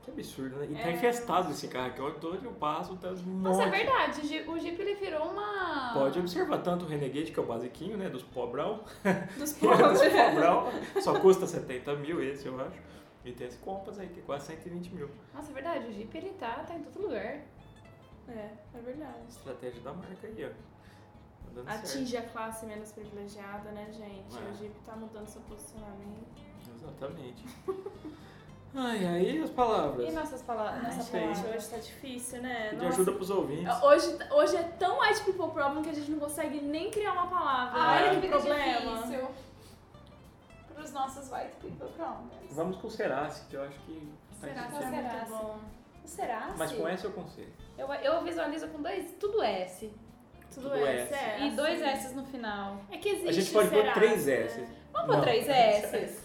Speaker 1: Que absurdo, né? E
Speaker 2: É,
Speaker 1: tá infestado esse carro aqui. Olha, todo eu passo, tá um
Speaker 3: Nossa, é
Speaker 1: monte.
Speaker 3: verdade. o Jeep- O Jeep ele virou uma.
Speaker 1: Pode observar tanto o Renegade, que é o basiquinho, né? Dos pobrão.
Speaker 2: Dos pobres.
Speaker 1: é dos pobrão. Só custa 70 mil esse, eu acho. E tem esse Compass aí, que é quase 120 mil.
Speaker 3: Nossa, é verdade. O Jeep ele tá, tá em todo lugar.
Speaker 2: É, é verdade.
Speaker 1: Estratégia da marca aí, ó. Tá dando certo.
Speaker 2: Atinge a classe menos privilegiada, né, gente?
Speaker 1: É.
Speaker 2: O Jeep tá mudando seu posicionamento.
Speaker 1: Exatamente. Ai, aí as palavras.
Speaker 3: E nossas palavras?
Speaker 2: Ai,
Speaker 3: Nossa
Speaker 1: sei.
Speaker 2: gente,
Speaker 3: palavra.
Speaker 2: hoje tá difícil, né?
Speaker 1: Pedir
Speaker 2: Nossa.
Speaker 1: ajuda pros ouvintes.
Speaker 2: Hoje, hoje é tão white people problem que a gente não consegue nem criar uma palavra.
Speaker 1: é
Speaker 3: Ai,
Speaker 2: Olha
Speaker 3: que
Speaker 2: que
Speaker 3: problema.
Speaker 2: problema.
Speaker 3: tá Difícil. Pros nossos white people problems.
Speaker 1: Vamos com o Serassi, que eu acho que.
Speaker 2: Será que
Speaker 1: Mas-
Speaker 2: é
Speaker 3: Será?
Speaker 2: muito bom?
Speaker 3: Será?
Speaker 1: Mas
Speaker 3: se-
Speaker 1: com esse eu consigo.
Speaker 3: eu, eu visualizo com dois, tudo S.
Speaker 2: Tudo,
Speaker 1: Tudo
Speaker 2: S,
Speaker 1: S.
Speaker 2: é.
Speaker 3: E dois
Speaker 2: assim.
Speaker 3: S no final.
Speaker 2: É que existe
Speaker 1: A gente pode pôr
Speaker 2: será,
Speaker 1: três
Speaker 2: né?
Speaker 1: S.
Speaker 3: Vamos pôr
Speaker 1: Não.
Speaker 3: três S.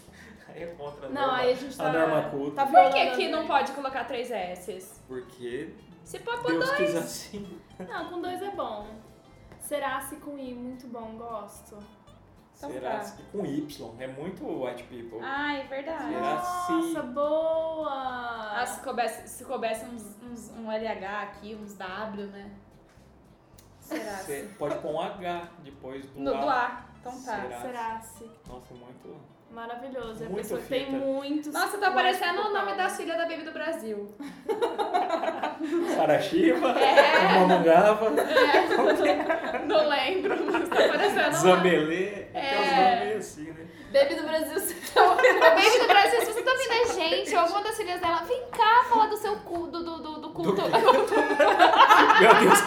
Speaker 1: Aí é contra a
Speaker 2: Não,
Speaker 1: norma.
Speaker 2: aí a gente tá...
Speaker 1: A norma culta.
Speaker 2: tá
Speaker 3: Por que
Speaker 2: violando,
Speaker 3: aqui não
Speaker 2: né?
Speaker 3: pode colocar três S?
Speaker 1: Porque
Speaker 3: Se pode pôr
Speaker 1: Deus
Speaker 3: dois.
Speaker 1: quis assim.
Speaker 2: Não, com dois é bom. Será se com I, muito bom, gosto.
Speaker 3: Então
Speaker 1: Serassi com Y. É muito white people.
Speaker 3: Ai, verdade.
Speaker 1: Será? se-
Speaker 2: Nossa, boa!
Speaker 3: Ah, se coubesse, se coubesse uns, uns- um LH aqui, uns W, né? Será?
Speaker 1: Você pode pôr um H depois do
Speaker 3: No,
Speaker 1: A.
Speaker 3: do A. Então tá.
Speaker 1: Será?
Speaker 2: Será se.
Speaker 1: Nossa, muito.
Speaker 2: Maravilhoso. É a
Speaker 1: Muito
Speaker 2: pessoa que
Speaker 1: fita.
Speaker 2: tem muitos...
Speaker 3: Nossa, tá parecendo o nome
Speaker 2: da
Speaker 3: das filhas da Baby do Brasil.
Speaker 1: Sarashiva,
Speaker 3: É.
Speaker 1: Mamungava,
Speaker 3: Não lembro, mas tá parecendo.
Speaker 1: Zambelê. Até os
Speaker 3: É.
Speaker 1: nomes meio assim, né?
Speaker 2: Baby do Brasil, você tá ouvindo?
Speaker 3: A Baby do Brasil, se você tá ouvindo a gente, ou alguma das filhas dela, vem cá falar do seu cu, do, do, do, do culto.
Speaker 1: Meu Deus,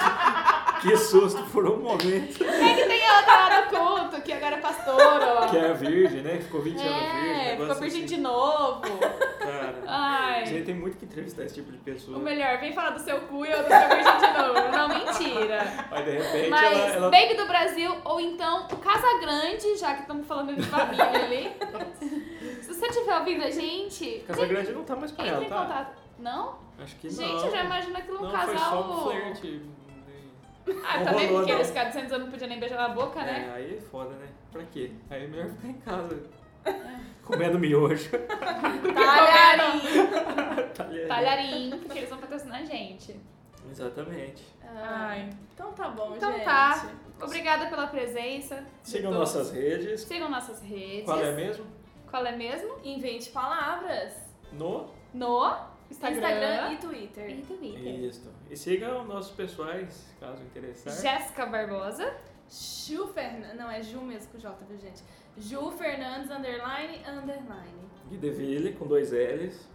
Speaker 1: que, que susto por um momento.
Speaker 3: É que tem outra lá do culto, que agora é pastora.
Speaker 1: Que é virgem, né? Ficou 20 anos virgem.
Speaker 3: É, ficou
Speaker 1: negócio
Speaker 3: virgem
Speaker 1: assim.
Speaker 3: de novo.
Speaker 1: Cara, a
Speaker 3: Ai.
Speaker 1: gente tem muito que entrevistar esse tipo de pessoa.
Speaker 3: O melhor, vem falar do seu cu e eu tô virgem de novo. Não, mentira.
Speaker 1: Mas de repente
Speaker 3: Mas
Speaker 1: ela, ela
Speaker 3: Baby do Brasil, ou então o Casa Grande, já que estamos falando de família ali. Se você tiver ouvindo a gente,
Speaker 1: Casa Grande não tá mais com
Speaker 3: entre
Speaker 1: ela,
Speaker 3: em
Speaker 1: tá?
Speaker 3: contato. Não?
Speaker 1: Acho que não.
Speaker 3: Gente, eu já imagino aquilo um
Speaker 1: Não, foi
Speaker 3: casal.
Speaker 1: só um flerte.
Speaker 3: Ah,
Speaker 1: Não
Speaker 3: também
Speaker 1: rolou,
Speaker 3: porque
Speaker 1: não.
Speaker 3: eles ficaram 200 anos não podia nem beijar na boca, né?
Speaker 1: É, aí é foda, né? Pra quê? Aí é melhor ficar em casa. Comendo miojo.
Speaker 3: Talharim!
Speaker 1: Talher.
Speaker 3: Talharim, um, porque eles vão patrocinar a gente.
Speaker 1: Exatamente.
Speaker 2: Ai. Então tá bom,
Speaker 3: Então
Speaker 2: gente.
Speaker 3: tá. Obrigada pela presença. de
Speaker 1: Sigam
Speaker 3: todos.
Speaker 1: nossas Então, redes.
Speaker 3: Sigam nossas redes.
Speaker 1: Qual é mesmo?
Speaker 3: Qual é mesmo?
Speaker 2: Invente palavras.
Speaker 1: No
Speaker 3: No Instagram,
Speaker 2: Instagram e Twitter.
Speaker 3: e Twitter.
Speaker 1: Isto. E sigam nossos pessoais, caso interessar.
Speaker 3: Jéssica Barbosa.
Speaker 2: Ju Fernandes. Não, é Ju mesmo com o J, viu, gente? Ju Fernandes, underline, underline.
Speaker 1: Guideville, com dois L's.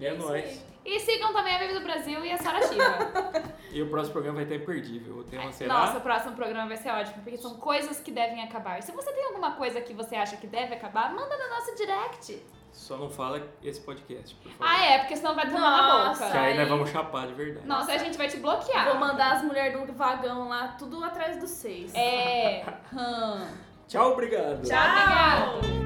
Speaker 1: E é
Speaker 2: isso
Speaker 1: nóis.
Speaker 3: E sigam também a Baby do Brasil e a Sara Shiva.
Speaker 1: E o próximo programa vai estar imperdível. O tema será...
Speaker 3: Nossa, o próximo programa vai ser ótimo, porque são coisas que devem acabar. Se você tem alguma coisa que você acha que deve acabar, manda no nosso direct.
Speaker 1: Só não fala esse podcast, por favor.
Speaker 3: Ah, é, porque senão vai tomar
Speaker 2: Nossa.
Speaker 3: na
Speaker 1: Que
Speaker 3: boca.
Speaker 1: aí nós
Speaker 2: Aí-
Speaker 1: vamos chapar de verdade.
Speaker 3: Nossa, a gente vai te bloquear.
Speaker 2: Vou mandar as mulheres do vagão lá, tudo atrás dos seis.
Speaker 3: É. hum.
Speaker 1: Tchau, obrigado.
Speaker 3: Tchau. obrigado.